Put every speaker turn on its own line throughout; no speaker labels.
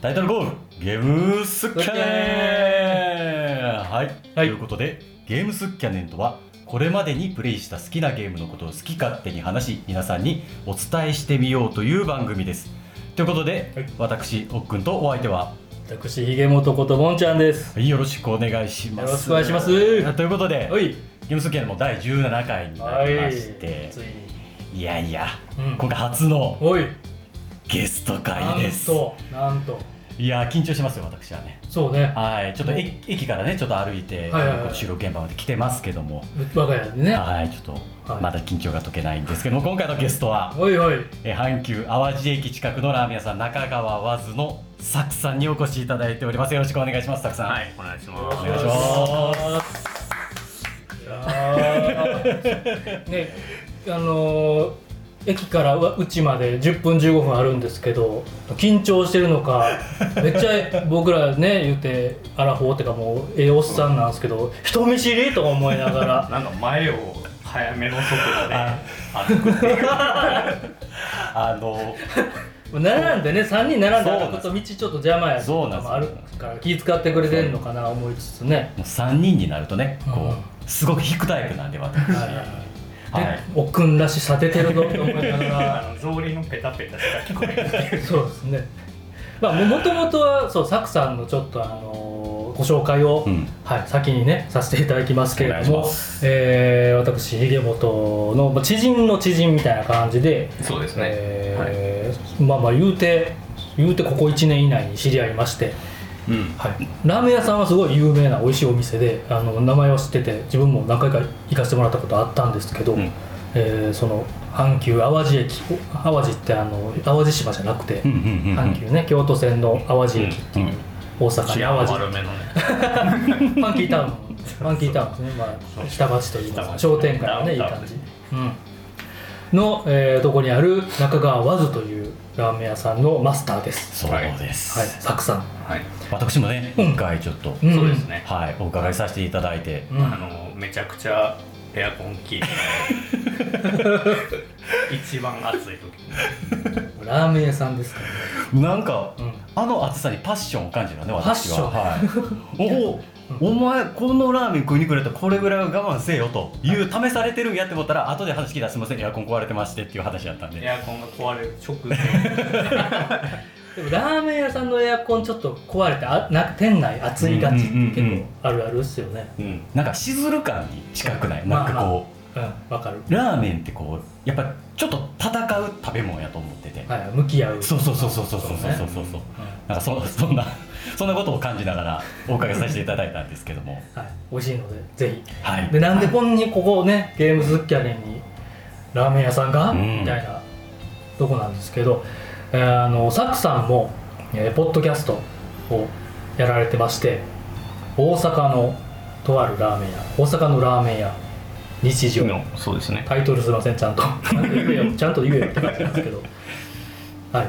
タイトルコールゲームスキャネンはい、
はい
ということでゲームスキャネンとはこれまでにプレイした好きなゲームのことを好き勝手に話し皆さんにお伝えしてみようという番組ですということで、
はい
私おっくんとお相手は
私ひげもとことぼんちゃんです
はいよろしくお願いします
よろしくお願いします
ということで
おい
ゲームスキャネンも第17回になりまして、
ついに
い、やいや
うん
今回初の
おい
ゲスト
な
会で
ん
す
となんと
いや緊張しますよ私はね
そうね
はい、ちょっと駅駅からね、ちょっと歩いて、
はいはいはい
こう収録現場まで来てますけども、
我が家でね
はい、ちょっと
はい
まだ緊張が解けないんですけども、今回のゲストは、
おいおい
え阪急淡路駅近くのラーメン屋さん、中川和津のサクさんにお越しいただいております。よろしくお願いします、サクさん。
はい、お願いしま
お
す。
願いします
いやーねあのー駅からううちまで10分15分あるんですけど緊張してるのかめっちゃ僕らね言うてアラフォーってかもうええおっさんなんですけど人見知りとか思いながら
なんか前を早めの速度で
あ
歩くっていう。
あの、
並んでね3人並んで
そうなん
歩
です
くと道ちょっと邪魔やと
そうな
か
んです
もあるから気遣ってくれてんのかな思いつつね
3人になるとね、
う
こ
ん
う、すごく引くタイプなんで、私。
はいはいはい
はい
でおっくんらしさ出てるぞって思いながら
あの草履のペタペタしか聞こえない。
そうですね。まあ、ももともとは、そう、サクさんのちょっと、あのーご紹介を、
うん
はい、先にね、させていただきますけれど
お願い
も
しま。
えー私、ひげもとの、まあ、知人の知人みたいな感じで。
そうです
えーまあまあ、言うて、言うて、ここ1年以内に知り合いまして。
うん。
はい、ラーメン屋さんはすごい有名な美味しいお店であの名前を知ってて自分も何回か行かせてもらったことあったんですけど、
うん
えーその阪急淡路駅淡路ってあの淡路島じゃなくて、
うんうんうんうん
阪急ね京都線の淡路駅っていう、
うんうん
大阪
治
に
安
淡路
悪めのね。
ファンキータウンファンキータウンですね、まあ、下町といいますか
下町
商店街がねいい
ダウンタウン
感じ、うん、の、えーとこにある中川和津というラーメン屋さんのマスターです
そうです。
はいサクさん、
はい。
私もね、
うん
今回ちょっと、
ん
そうですね。
はい、お伺いさせていただいて、
う
あ
ん
のめちゃくちゃエアコン効いて ない。一番暑い時
ラーメン屋さんですから
なんか、
うん
あの暑さにパッションを感じたね私は
パ
はい、おおお前このラーメン食いに来るやったらこれぐらいは我慢せえよという試されてるんやって思ったら後で話聞いたらすいませんエアコン壊れてましてっていう話だったん
に。
で
エアコンが壊れる直前。
でもラーメン屋さんのエアコンちょっと壊れてあな店内暑いがちって
う
結
んうんうんうん
構あるあるっすよね
うん。
なんかしずる感に近くない
ま
な
あ
んかこ
うんわかる
う、ラーメンってこうやっぱちょっと戦う食べ物やと思ってて、
はい向き合う
そうそうそうそうそうそうそうそうそうなんかそそんなそんなことを感じながらお伺いさせていただいたんですけども
はい、美味しいのでぜ
はい
ひでなんでこんにここねゲームズッキャレンにラーメン屋さんが、
うん
みたいなとこなんですけど、えーあのサクさんも、えーポッドキャストをやられてまして大阪のとあるラーメン屋大阪のラーメン屋日常
そうですね。
タイトルすいませんちゃんと ちゃんと言えよちゃんと言えよって感じなんですけどはい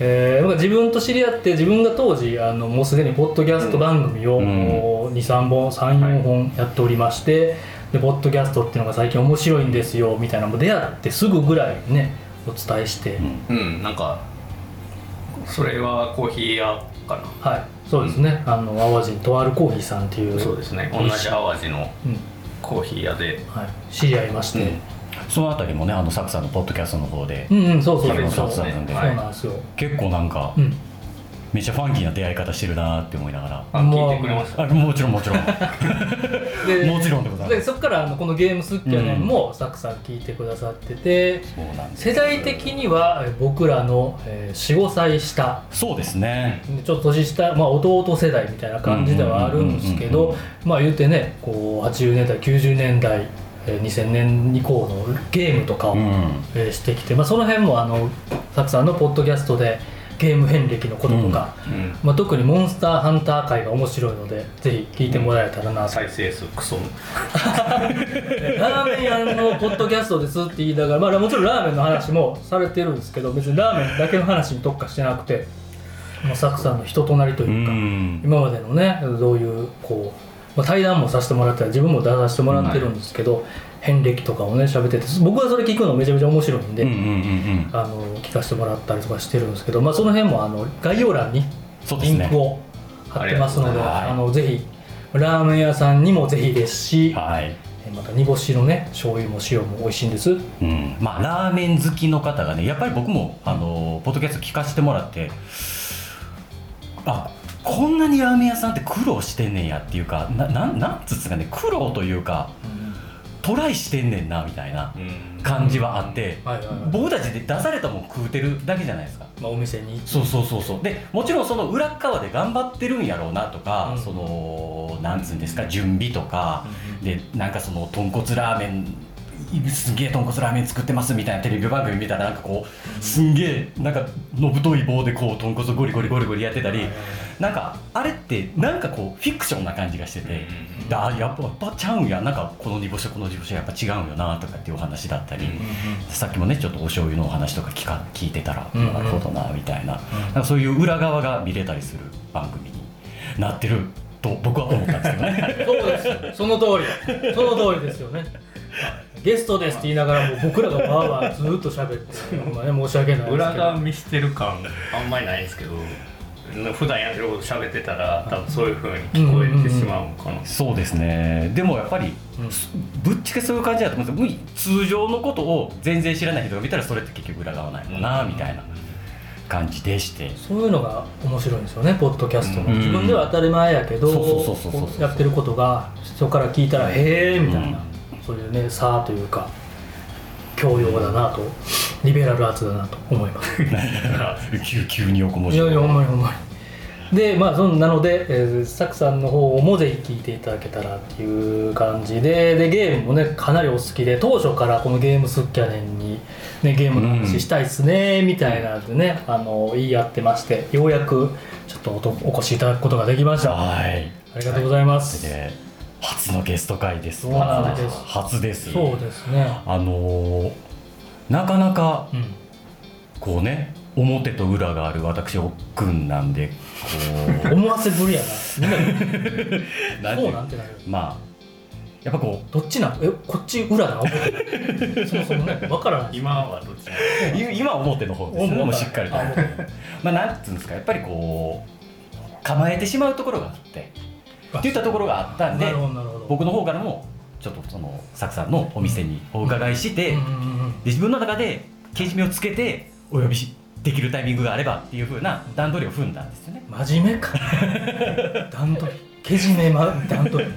えー僕は自分と知り合って自分が当時あのもうすでにポッドキャスト番組を、
うん
もう23本34本やっておりまして、でポッドキャストっていうのが最近面白いんですよみたいなのも出会ってすぐぐらいにねお伝えして、
うん
うん。なんかそれはコーヒー屋かな。
はいそうですね、あの淡路にとあるコーヒーさんっていう
そうですね。同じ淡路の
うん
コーヒー屋で。
はい、知り合いまして、
そのあたりもねあのサクさんのポッドキャストの方で
うん、うんそうそうそう
そ
そうう
そ
そうう
なんで、
はい
なんですよ、
結構なんか、
うん
めっちゃファンキーな出会い方してるなーって思いながら
あ聞いてくれました。
あもちろんもちろ ん
で
もちろんでございま
ですそこからあのこのゲームスッキャネンもサクさん聞いてくださってて、
そうなんです
世代的にはえ僕らの、えー、45歳下
そうですね
ちょっと年下、まあ、弟世代みたいな感じではあるんで
うん
すけ
うんうん
ど
うん
まあ言うてねこう80年代90年代、えー2000年以降のゲームとかを、
うん
えーしてきて、まあ、その辺もあのサクさんのポッドキャストでゲーム遍歴のこととか、
うん。
まあ、特にモンスターハンター界が面白いのでぜひ聞いてもらえたらなと
再生数クソ
ラーメン屋のポッドキャストですって言いながら、まあ、もちろんラーメンの話もされてるんですけど別にラーメンだけの話に特化してなくてもうサクさんの人となりと
う
いうか、
ん
今までのねどういうこう、まあ、対談もさせてもらったり自分も出させてもらってるんですけど、遍歴とかをね喋ってて僕はそれ聞くのめちゃめちゃ面白いんで、
うんうんうんうん
あの聞かせてもらったりとかしてるんですけど、まあ、その辺もあの概要欄に
そうです
リ
ね
ンクを貼ってますので、
ありが
あ
とう
のぜひラーメン屋さんにもぜひですし、
はい
えまた煮干しのね醤油も塩も美味しいんです。
うんまあ、ラーメン好きの方がねやっぱり僕もあのポッドキャスト聞かせてもらってあこんなにラーメン屋さんって苦労してんねんやっていうかななんなんつつがね苦労というかトライしてんねんなみたいな感じはあって、
はいはいはい
僕たちで出されたもん食うてるだけじゃないですか
まあお店に
そうそうそうそうでもちろんその裏っ側で頑張ってるんやろうなとか、
うん
そのなんつうんですか準備とか、でなんかその豚骨ラーメンすんげえ豚骨ラーメン作ってますみたいなテレビ番組見たらなんかこうすんげえなんかのぶとい棒でこう豚骨をゴリゴリゴリゴリやってたりなんかあれってなんかこうフィクションな感じがしてて。であやっぱやっぱちゃうんやなんかこの煮干しとこの煮干しはやっぱ違うんよなとかっていうお話だったり、さっきもねちょっとお醤油のお話とか聞か聞いてたら
うんうん
なるほどなみたいな,、
ん
なんかそういう裏側が見れたりする番組になってると僕は思ったんですけど ね
そうですよその通りその通りですよねゲストですって言いながらもう僕らがわーわーずーっと喋ってまあね申し訳ないですけど
裏側見してる感あんまりないですけど普段やってること喋ってたら多分そういう風に聞こえてしまうのかな、
そうですねでもやっぱり、
うん
すぶっちゃけそういう感じだと思うんですよ通常のことを全然知らない人が見たらそれって結局裏側ないのな、みたいな感じでして
そういうのが面白いんですよねポッドキャストの、
うん
自分では当たり前やけど
そうそうそうそうそうそう
やってることが人から聞いたらへえみたいな、
う
そういうねさあというか教養だなとリベラルアーツだなと思います
急急に横文
い
字
やいやほんまにほんまにでまあそんなので、えー、サクさんの方もぜひ聞いていただけたらっていう感じででゲームもねかなりお好きで当初からこのゲームスッキャネンに、ね、ゲームの話したいっすねみたいなのでね、あの言い合ってましてようやくちょっとおとお越しいただくことができましたあ
はい
りがとうございます、
で初のゲスト会です
そうなんです
初です
そうですね
あのーなかなか
うん
こうね表と裏がある私おっくんなんでこ
思わせぶりや
うな
な
んてい
そううなんてなる
まあやっぱこ
どっちなのえこっち裏なの思ってそもそもね分からない
今はどっちな
うい今表の方ですね
表
もうしっかりと
あ表
まあなんつうんですかやっぱりこう構えてしまうところがあってっていったところがあったんで
なるほどなるほど
僕の方からもちょっとそのサクさんのお店にお伺いして、
う
で
んうんうんうん
自分の中でけじめをつけてお呼びしできるタイミングがあればっていうふうな段取りを踏んだんですよね
真面目か段取りけじめ、ま、段取り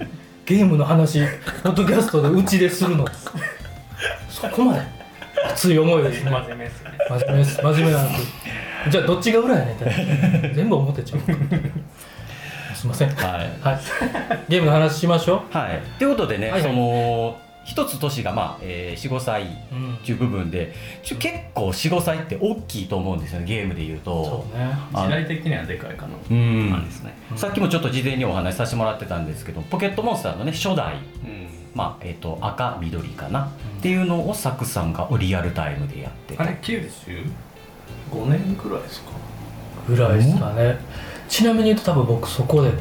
ゲームの話ポッドキャストでうちでするのそこまで熱い思いですね
真面目ですね
真面目です真面目なんですじゃあどっちが裏やねんって全部表ちゃうすいませんはい
はい
ゲームの話しましょ
はい、ということでね、
はいはい
その一つ年が、まあえー、45歳
う、うん
っていう部分でちょ結構45歳って大きいと思うんですよねゲームで言うと
そうね
あ
時代的にはでかいかな
うん
なんですね、
さっきもちょっと事前にお話しさせてもらってたんですけどポケットモンスターのね初代、まあえー、と赤緑かな、
うん
っていうのをサクさんがリアルタイムでやって
あ
た
れ95年くらいですか
ぐらいですかねちなみに言うと多分僕そこで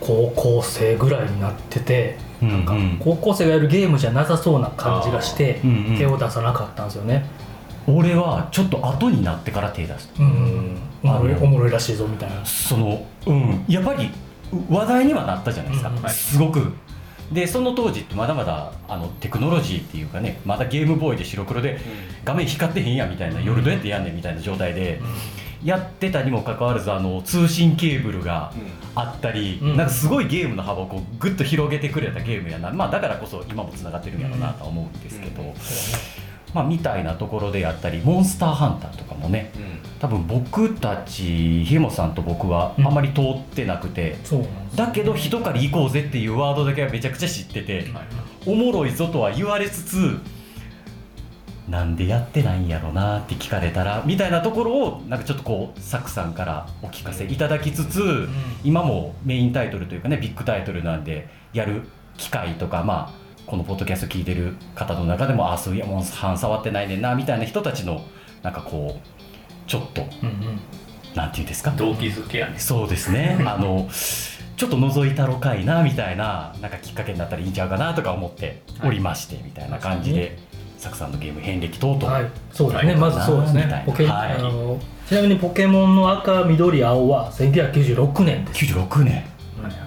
高校生ぐらいになってて
なん
なんか
うん
高校生がやるゲームじゃなさそうな感じがして
うんうん
手を出さなかったんですよね、
俺はちょっと後になってから手出した
うんうんおもろい
あの
おもろいらしいぞみたいな
そのうんやっぱりう話題にはなったじゃないですか、
うんうん
はい
すごくでその当時ってまだまだあのテクノロジーっていうかねまだゲームボーイで白黒で画面光ってへんやみたいな夜どうやってやんねんみたいな状態でやってたにもかかわらずあの通信ケーブルがあったり、
うん
なんかすごいゲームの幅をこうグッと広げてくれたゲームやな、まあ、だからこそ今もつながってるんやろうなとは思うんですけど、
うん
まあ、みたいなところでやったりモンスターハンターとかもね多分僕たちひもさんと僕はあまり通ってなくて、
そうなんです
だけど「一狩り行こうぜ」っていうワードだけはめちゃくちゃ知ってて、おもろいぞとは言われつつなんでやってないんやろなって聞かれたらみたいなところをなんかちょっとこうサクさんからお聞かせいただきつつ、今もメインタイトルというかねビッグタイトルなんでやる機会とかまあこのポッドキャスト聞いてる方の中でもああそういやもう半触ってないねんなみたいな人たちのなんかこうちょっと
うんうん
なんていうんですか
動機づけやね
そうですねあのちょっと覗いたろかいなみたいななんかきっかけになったらいいんちゃうかなとか思っておりまして、みたいな感じでサクさんのゲーム遍歴等々、
はい、そうですね、
はい
まずそうです
みたい
ね
な
ポケ、
はい
あのちなみにポケモンの赤緑青は1996年です
96年
はいは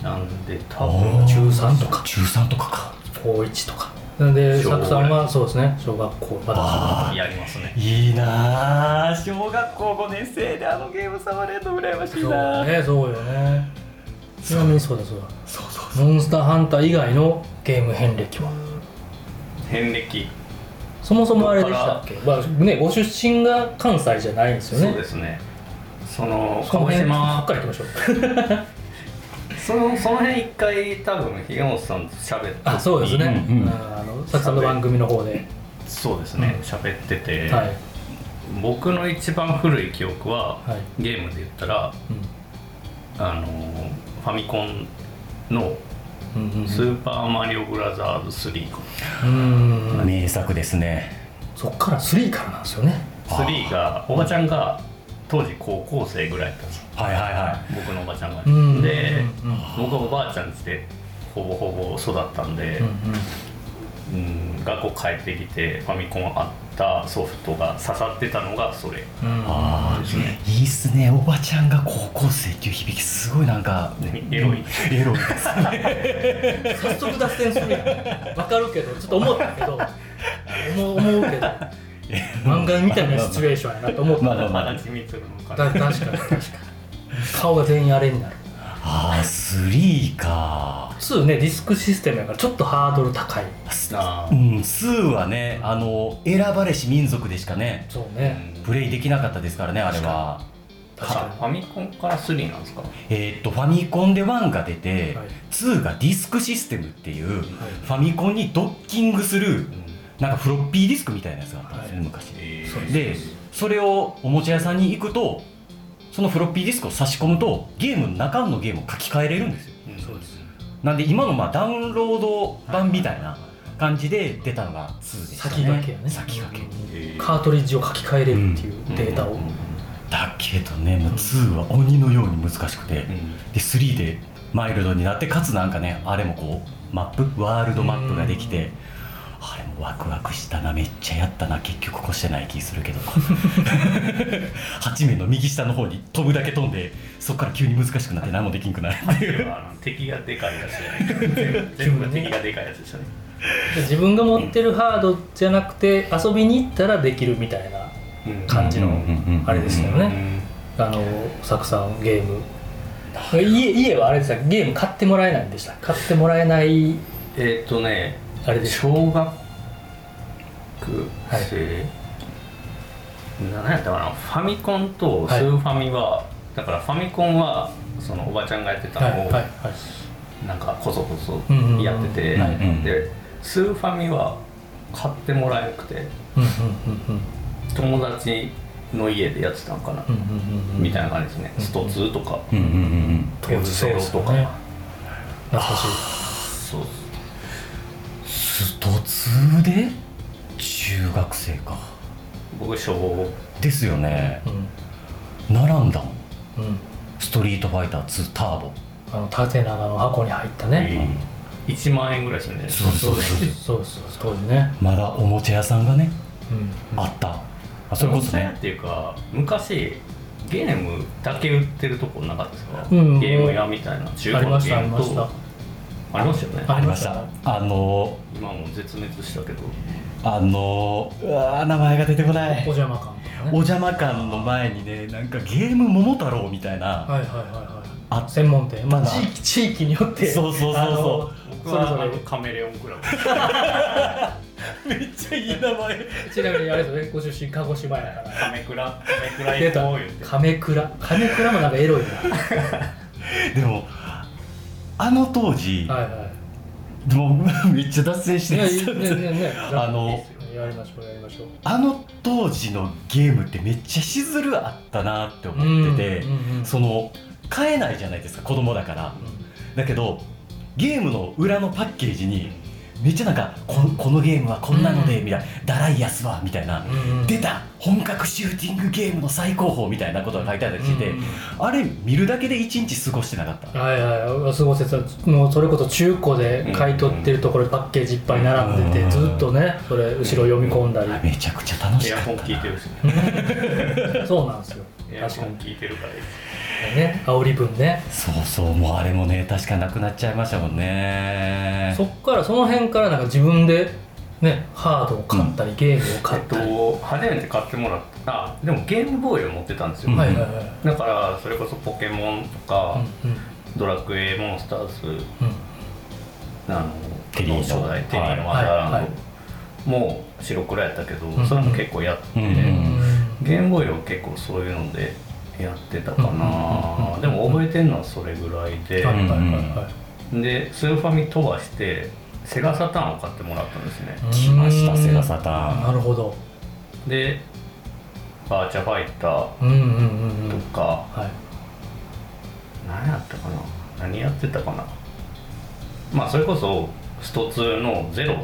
いなんで多
お
分
ー
中3とか
中3とかか
高1とかなんで
小
サ
学
クさんはそうですね小学校まだ
あ
やりますね
あいいなあ小学校5年生であのゲーム触れるの羨ましい
そう
な
ねそうよねちなみにそうだそうだ
そうそう
モンスターハンター以外のゲーム遍歴は
遍歴
そもそもあれでしたっけ、まあね、ご出身が関西じゃないんですよね
そうですねその
そ
鹿
の
児
辺ば
島
っかり行きましょう
そのその辺一回多分ひげもさんと喋って
あそうですね、
うんうん
あのサクさんの番組の方で、
そうですね
うん
喋ってて、
はい
僕の一番古い記憶は、
はい、
ゲームで言ったらあのファミコンの
うんうんうん
「スーパーマリオブラザーズ3」
うんうん
名作ですね
そっから3からなんですよね
3がおばちゃんが当時高校生ぐらいだったんですよ
はいはいは
僕のおばちゃんが、
うん
で、
うんうん
僕はおばあちゃんちでほぼほぼ育ったんで、うん学校帰ってきてファミコンあったソフトが刺さってたのがそれ
うんうん
ああいいっすねおばちゃんが高校生っていう響きすごいなんか
エロい
エロいです
早速脱線するやんわかるけどちょっと思ったけど思う 思うけど漫画みたいなシチュエーションやなと思った、
まあまあまあ
足立みつるのか
だ
な
確かに確かに顔が全員あれになる
ああ3か
2ねディスクシステムやからちょっとハードル高い
あ
う
ー
ん2はねあの選ばれし民族でしかね
そうね、
プレイできなかったですからねあれは
確
あファミコンから3なんですか
えーっとファミコンで1が出て、
はい
2がディスクシステムっていうフ
はい
ァミコンにドッキングするなんかフロッピーディスクみたいなやつがあったんですね、
はい
昔
え
そう
ー
でそれをおもちゃ屋さんに行くとそのフロッピーディスクを差し込むとゲームの中のゲームを書き換えれるんですよ
うん
そうです
なんで今のまあダウンロード版みたいな感じで出たのが2でしたね
先駆けやね
先駆け
えー
カートリッジを書き換えれるっていうデータを、
うんうん
だけどねもう2は鬼のように難しくて、
うん
で3でマイルドになってかつなんかねあれもこうマップワールドマップができてあれもワクワクしたなめっちゃやったな結局越してない気するけど 8面の右下の方に飛ぶだけ飛んでそこから急に難しくなって何もできんくなるっていう
あの敵がでかいやつじゃない全部全部が敵がでかいやつでしたね
で自分が持ってるハードじゃなくて遊びに行ったらできるみたいな感じの
うんうんうんうん
あれですよね、あのサクさんゲーム家家はあれでしたゲーム買ってもらえないんでした買ってもらえない
えーっとね
あれでした
小学生、何やったかなファミコンとスーファミは、だからファミコンはそのおばちゃんがやってた
はい
の
は
を
いはい
なんかこそこそ
うんうんうん
やってて、
はいうん
でスーファミは買ってもらえなくて
うんうん
友達の家でやってたのかな、
うんうんうんうんうん
みたいな感じですね、スト2とか、
うんうんうん
当時そうですよね懐かしい
そう
スト2で中学生か
僕小
ですよね
う
並んだもん
んうん
ストリートファイター2ターボ
あの縦長の箱に入ったね
1万円ぐらいですよね
そうそうそうそう
そうですそうです当時ね
まだおもちゃ屋さんがね
うん
あったあそれこそ
お店
ね
っていうか昔ゲームだけ売ってるとこなかったですか、
うん
ゲーム屋みたいな中
あ
古
り
の
まし
ゲ
たあ
ー
り
ム
まし
と
た
ありましたよね
あ
あ
り
り
ま
ま
し
したたあの
今もう絶滅したけど
あのうわー名前が出てこな
お
い
邪魔感とか
お
ね
邪魔感の前にねなんかゲーム桃太郎みたいな
はいはいはいは
あ
い専門店まあ
ただ
地域地域によって
そうそうそうそう
あの
僕
それぞ
はあ
れ
のカメレオンクラブ
めっちゃいい名前
ちなみにあれですよね、ご出身鹿児島やから。
カメクラカメクラ
出
行
た
こう言って、
亀倉。亀倉もなんかエロい
でもあの当時
な。はいは
でも めっちゃ脱線し
い。
て
ね
ま
ね
した
ねね。
あの
やりましょうやりましょう。
あの当時のゲームってめっちゃしずるあったなって思ってて、
うんうん
その買えないじゃないですか子供だからだけどゲームの裏のパッケージにめっちゃなんかここのゲームはこんなのでみたいな、ダライアスはみたいな、
うん
出た本格シューティングゲームの最高峰みたいなことが書いてあったりしてて、
うん
あれ見るだけで1日過ごしてなかった、
はいはいすごい説もうそれこそ中古で買い取ってるところにパッケージいっぱい並んでて、
うん
ずっとねそれ後ろ読み込んだり、
めちゃくちゃ楽し
エ
か
ア
った
コン
な
聞いてるしね
そうなんですよ
エア
確
コ
か
ン
に
聞いてるからいい
ね煽り分ね
そうそうもうあれもね確かなくなっちゃいましたもんね
そっからその辺からなんか自分でねハードを買ったり、ゲームを買
え
っ
った
り、
と初めて買ってもらったあでもゲームボーイを持ってたんですよ、
うん
はいはいはい、
だからそれこそポケモンとか、
うんうん
ドラクエモンスターズ
うん
あの
テリーの
初代テリーの
は
ワ
い
ンダーラン
は
ドもう白黒やったけど、
ん
それも結構やっ
う
て、
ん
ゲームボーイは結構そういうのでやってたかな、
うんうんうん
でも覚えてるのはそれぐらいで、
はいはいはいは
でスーファミ飛ばしてセガサターンを買ってもらったんですね、
い
来ましたセガ
さ
サターン
なるほど
でバーチャファイター
うんうんうんう
と
ん
か、
はい
何やったかな何やってたかなまあそれこそスト2のゼロ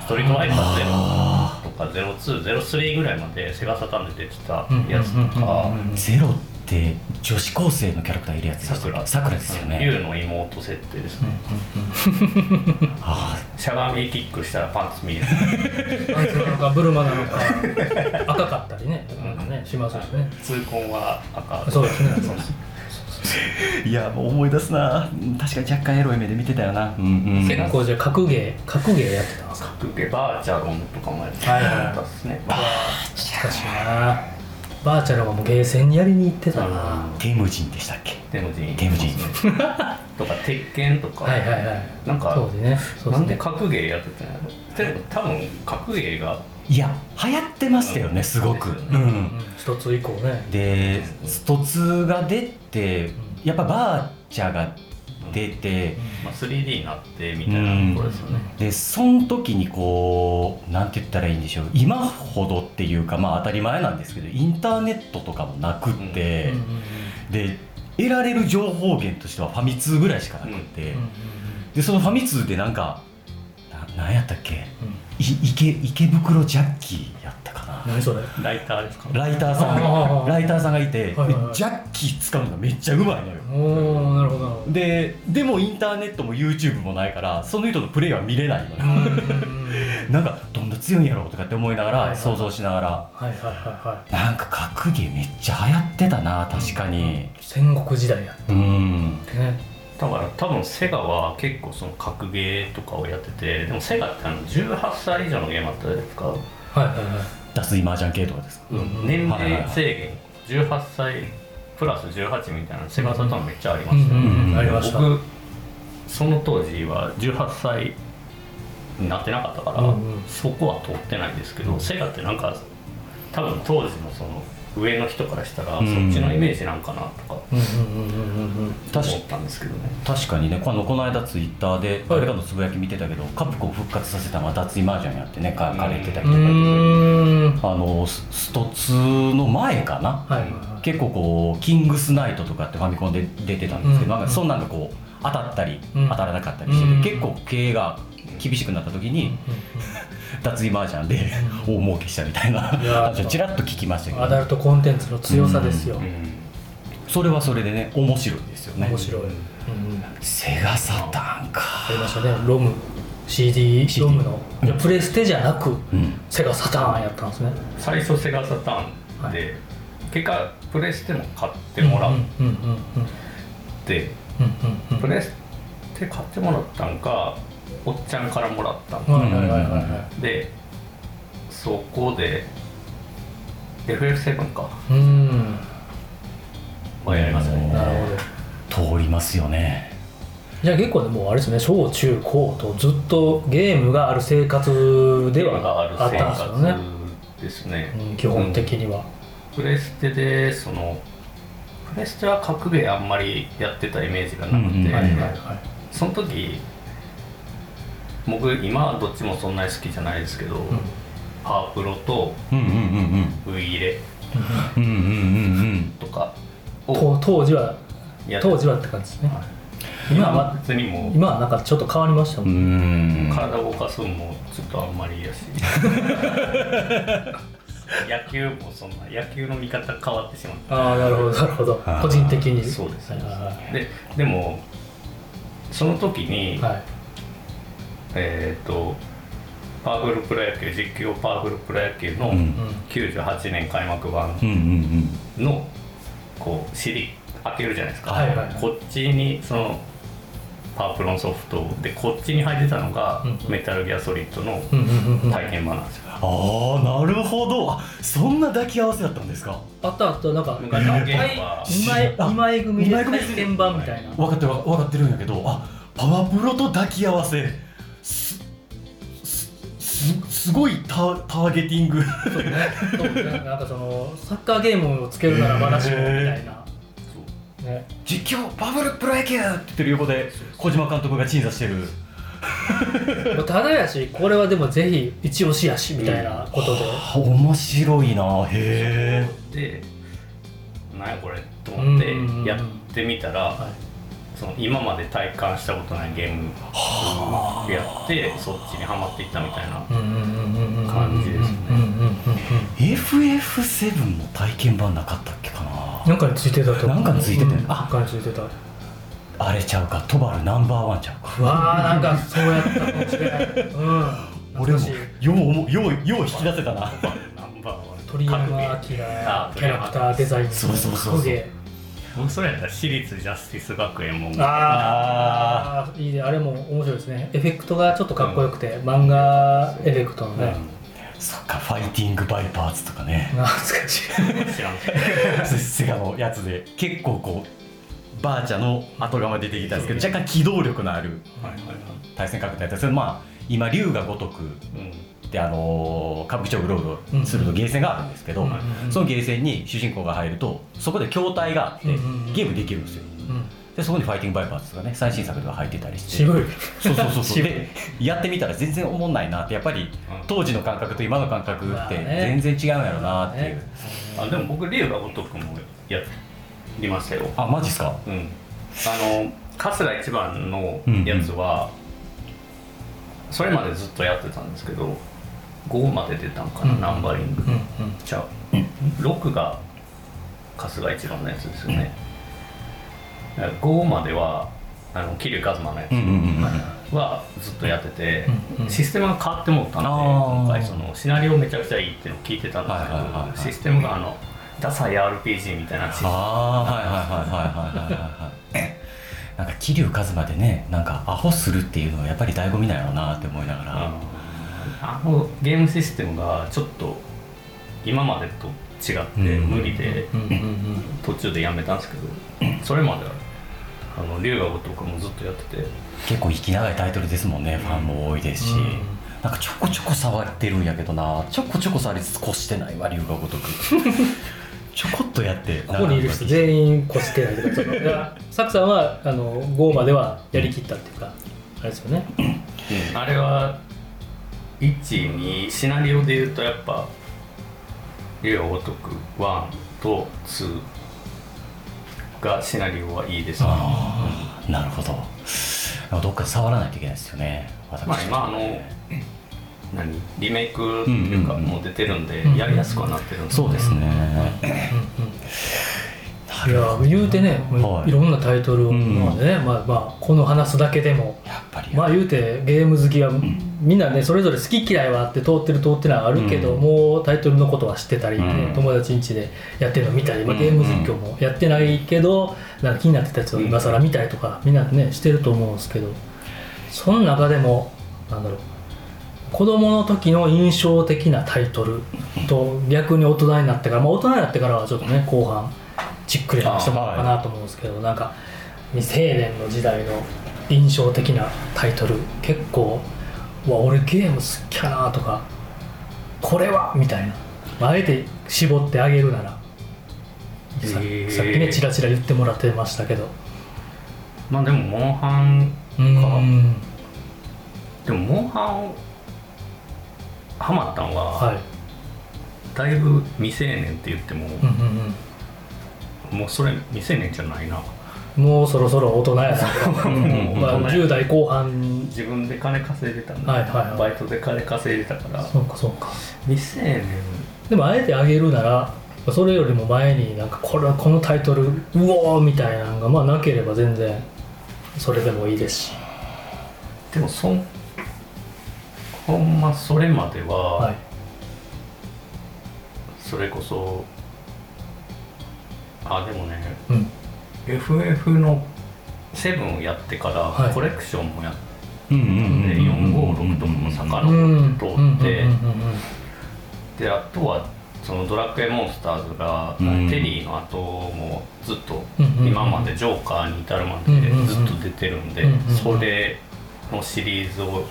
ストリートファイターゼ
あ
ロとかゼロツーゼロスリーぐらいまでセガサタンで出てた
うんうんうん
やつとか
うんうん
ゼロって女子高生のキャラクターいるやつで
さ
す
くら
さくらですよ
ユ
ね
ウの妹設定ですね、
あ
しゃがみキックしたらパンツ見える
パンツなのかブルマなのか赤かったりねなんかねしますしね
痛恨は赤
そうですね
ーいやもう思い出すな確かに若干エロい目で見てたよなうんうん
セガ
結構じゃあ格ゲー格ゲーやってたんですか
でバーチャロンとかもやってたっすね、
懐かしいなバーチャルはもうゲーセンにやりに行ってたな
テムジンでしたっけ
テムジン
テムジン
とか鉄拳とか、
はいはいはい
なんか
そうでねそう
なん
で
です
ね
格ゲーやってたんやろでも多分格ゲーが
いや流行ってましたよねすごく
うん
うん
うん一つ以降ね
でスト2が出てやっぱバーチャが出て
まあ、3D になってみたいなところですよね、
でその時にこうなんて言ったらいいんでしょう今ほどっていうかまあ当たり前なんですけどインターネットとかもなくって、
うんうんうん
で得られる情報源としてはファミ通ぐらいしかなくて、
うんうん
でそのファミ通でなんかななんやったっけ
うん
い池池袋ジャッキーやったかな
何それ
ライターですか
ライターさん
あ
が
ー
ライターさんがいて、
はいはいはい
ジャッキー使うのがめっちゃうまいのよ
おおなるほどなるほど
ででもインターネットも YouTube もないからその人のプレイは見れないのよ、
うんうんうん
なんかどんな強いんやろうとかって思いなが
はいは
ら
い
想像しながら
はいはいはいはい
なんか格ゲーめっちゃ流行ってたな確かに
戦国時代やっ
うん
てね
だから多分セガは結構その格ゲーとかをやっててでもセガってあの18歳以上のゲームあったじゃないですか、
はいはいはい
脱衣麻雀系とかですか
うん
年齢制限18歳プラス18みたいなセガサターンめっちゃありましたよね、
うんうん
ありました
僕その当時は18歳になってなかったから、
うんうん
そこは通ってないんですけど、セガってなんか多分当時のその上の人からしたら、
うん
そっちのイメージなんかなとか
うんうんうんうんうんうん
確
思ったんですけどね
確かにねこのこの間ツイッターで
はい
誰かのつぶやき見てたけど、カプコン復活させたのは脱衣麻雀やってね書かれてたりとか
う
で
ーん
あのススト2の前かな、
はいはいはい
結構こう「キングスナイト」とかってファミコンで出てたんですけど、
うん
なんかそんなんがこう当たったり、
うん
当たらなかったりしてて、
うん
結構経営が厳しくなった時に脱衣麻雀で大儲けしたみたいない
やー
話をちらっと聞きました
う
け
んアダ
ど
ルトコンテンツの強さですよ、
それはそれでね面白いですよね
面白い、うんうん
セガサターンか
ありましたねロム CD,
CD
ロムの、
うん
じゃあプレステじゃなく、
うん
セガサターンやったんですね
最初セガサターンで、
は
結果プレステも買ってもらっ
うんうんうんうん
て、
うんうん
プレステ買ってもらったんかおっちゃんからもらったんか、
はいはいはいはいは
でそこで FF7 か
いうん
はやりますね
なるほど
通りますよね
じゃあ結構ねもうあれですね小中高とずっとゲームがある生活ではあったんですよね、
ですね
うん、基本的には、
プレステでそのプレステは格ゲーあんまりやってたイメージがなくて、
うんうん
はいはいはい
その時僕今はどっちもそんなに好きじゃないですけど、パープロと
うんうんうん
ウイイレ
うんうんうんうんうん
とか
と当時は
やって
当時はって感じですね
はい
今は
別にもう
今はなんかちょっと変わりましたも、
うんん
体動かすのもちょっとあんま りやし野球もそんな野球の見方変わってしまっ
ああな るほどなるほど
あー
個人的に
たそうです
はいは
ねででもその時に、
いはい、はい
えっ、とパワフルプロ野球実況パワフルプロ野球の
うん
う
98年開幕版
うんうん
のこう尻開けるじゃないですか、
はいはいはい
こっちにそのパワープロのソフトでこっちに入ってたのが、
うん
メタルギアソリッドの
んうんうんうんうん、
体験版なんですよ、
ああなるほどあそんな抱き合わせだったんですか
あったあったなんか
昔のゲームは
2枚
あ
二枚組
二枚
で
組
体験版みたいな
分かってる分かってるんやけどあパワプロと抱き合わせすすすすごいタターゲティング
そうねそうねなんかそのサッカーゲームをつけるならまだしもみたいな、ね、
実況バブルプロ野球って言ってる横で小島監督が鎮座してる
もうただやしこれはでもぜひ一押しやしみたいなことで、
あ面白いなへ
でなんやこれと思っ
うんうんうん
てやってみたら、
はい
その今まで体感したことないゲームをやってそっちにはまっていったみたいな
感
感じですね
え FF7 も体験版なかったっけかな
なんかについてたと思う
なんかについてたよ
うんなんかについてた
あれちゃうかトバルナンバーワンちゃうか
わあなんかそうやったかもしれないうん
俺
懐
も
かしい
よう思うようよう引き出せたな
ナンバーワン
鳥山明キ
あ
ャラクターデザイン
そうそうそうそう
影
僕それやったら私立ジャスティス学園も
ああいいねあれも面白いですねエフェクトがちょっとかっこよくて、漫画エフェクトのね、
そっかファイティングバイパーズとか ね
懐かしい
知らん けど
セガのやつで結構こうバーチャの後釜出てきたんですけど若干機動力のある
はいはいはい
対戦格闘やったんですけどまあ今竜が如く
うん
ってあのー歌舞伎町グローブするとゲーセンがあるんですけど、
うんうんうん
そのゲーセンに主人公が入るとそこで筐体があって、
うんうんうん
ゲームできるんですよ
うん
でそこにファイティングバイパーズとかね最新作では入ってたりして
渋い
そうそうそうそう
渋い
で やってみたら全然おもんないなってやっぱり当時の感覚と今の感覚
ま
っ
あ
て
ね
全然違うんやろなっていう、
ま
あでも僕龍が如くもやりましたよ
あマジっすか
うん、あの春日一番のやつは、それまでずっとやってたんですけど5まで出たんかな、
うん
ナンバリング
うんうん
じゃう6が春日一番のやつですよね、5まではあの桐生一馬のや
うんうんうんうん
つはずっとやってて、
うんうん
システムが変わってもったんで
あー
今回そのシナリオめちゃくちゃいいっていうのを聞いてたんです
は
けど、
いはいはいはい
システムがあのダサい RPG みたいなシステム
ああはいはいはいはいはいはい なんか桐生一馬でねなんかアホするっていうのはやっぱり醍醐味なんやろうなって思いながら、
あのゲームシステムがちょっと今までと違って
うん
無理で
うんうん
途中でやめたんですけ ど、それまではあの龍が如くもずっとやってて
結構息長いタイトルですもんねファンも多いですし、
うん
なんかちょこちょこ触ってるんやけどなちょこちょこ触りつつ越してないわ龍が 如くちょこっとやって
ここにいる人全員こしてないけどそのいやサクさんはあの5まではやりきったっていうかあれですよね
あれは12シナリオで言うとやっぱ龍が如く1と2がシナリオはいいですね
ああなるほどなんかどっかで触らないといけないですよね私
まあ今あの何リメイクっていうか
うんうんうん
もう出てるんで
うん
やりやすくはなってるんですけど
そうですね、
いや言うてね、
はい
い、ろんなタイトルを、まあねまあまあこの話すだけでも
やっぱり
まあ言うてゲーム好きは、みんなねそれぞれ好き嫌いはあって通ってる通ってないはあるけど、
うん
もうタイトルのことは知ってたり、
うん
友達ん家でやってるの見たり、まあ、
うん
ゲーム実況もやってないけど、なんか気になってたやつを今更見たりとか、みんなねしてると思うんですけどその中でもなんだろう子供の時の印象的なタイトルと逆に大人になってから、まあ、大人になってからはちょっとね後半じっくり話してもらおうかなと思うんですけど、なんか未成年の時代の印象的なタイトル結構「うわ俺ゲーム好きやな」とか「これは」みたいな、まあ、あえて絞ってあげるならさ
へー
さっきねチラチラ言ってもらってましたけど
まあでもモンハン
うーん
でもモンハンをハマったのは、
はい
だいぶ未成年って言っても、
うんうんうん
もうそれ未成年じゃないな
もうそろそろ大人やな、
ん
まあ、
大人
10代後半
自分で金稼いでたん
はいはいはい
バイトで金稼いでたから
そうかそうか
未成年
でもあえてあげるならそれよりも前になんかこれはこのタイトルうおーみたいなのがまあなければ全然それでもいいですし
でもそんほんまそれまでは、
はい
それこそあでもね
うん、
FF の7をやってから、
はい
コレクションもやって
うんうんうん
456とかも
う
遡
ん
って、
うん
であとはそのドラクエモンスターズが、
うん
テリーの後もずっと、
うんうん
今までジョーカーに至るまで
うんうんうん
ずっと出てるんで、
うんうんうん
それのシリーズを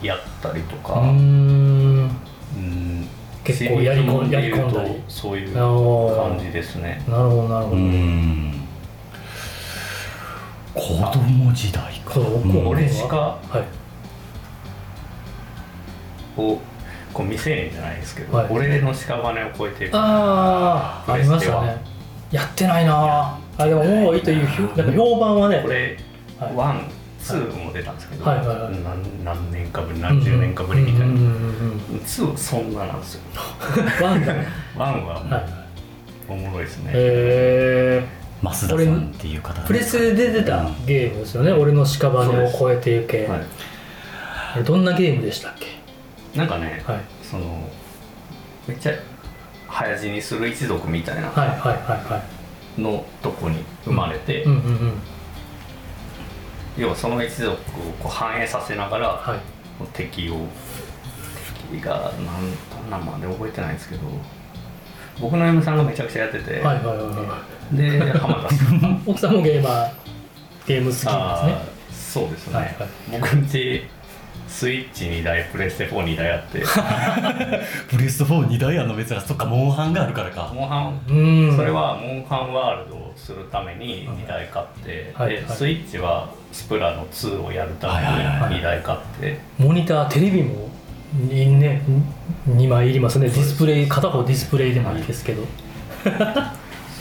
やったりと
う
か、
んうん
うん
結構やりこん
シリーズ
やり込
もんで
んだり
言うとそういう
あー
感じですね
なるほどなるほ
う
ど、
ん子供時代か
そう僕は
俺しか
はい
をこう未成年じゃないですけど、
はい
俺の屍を超えていく
ああありましたねやってないなーあでももういいというひゅなんか評判はね
これ、
はい
ワン、ツーも出たんですけど、
はいはいはい
何何年かぶり何十年かぶりみたいな、
うんうんうんうん
ツーはそんななんですよ
ワンダはい
ワンはも
はいう
おもろいですね、
へえ
増田さんっていう方
プレスで出たゲームですよね俺の屍を超えてゆけ、
は
あれどんなゲームでしたっけ
い、なんかね、
はい
そのめっちゃ早死にする一族みたいな
はいはいはいは
のとこに生まれて、
いうんうんうん
要はその一族をこう反映させながら、
はい
敵を敵が何何まで覚えてないんですけど僕の嫁さんがめちゃくちゃやってて、
はいはいはいは
で浜 田さん
い奥さんもゲーマーゲーム好きなんですね
あーそうですね、
はいはい
僕んちスイッチ2台プレステ4 2台あって
プレス42台やの珍しいそっかモンハンがあるからか
モンハン
うん
それはモンハンワールドをするために2台買って、
はい
で
はい
スイッチはスプラの2をやるために
はいはい
はい
2台買って、
モニターテレビもにね2枚いりますねディスプレイ片方ディスプレイでもいいですけど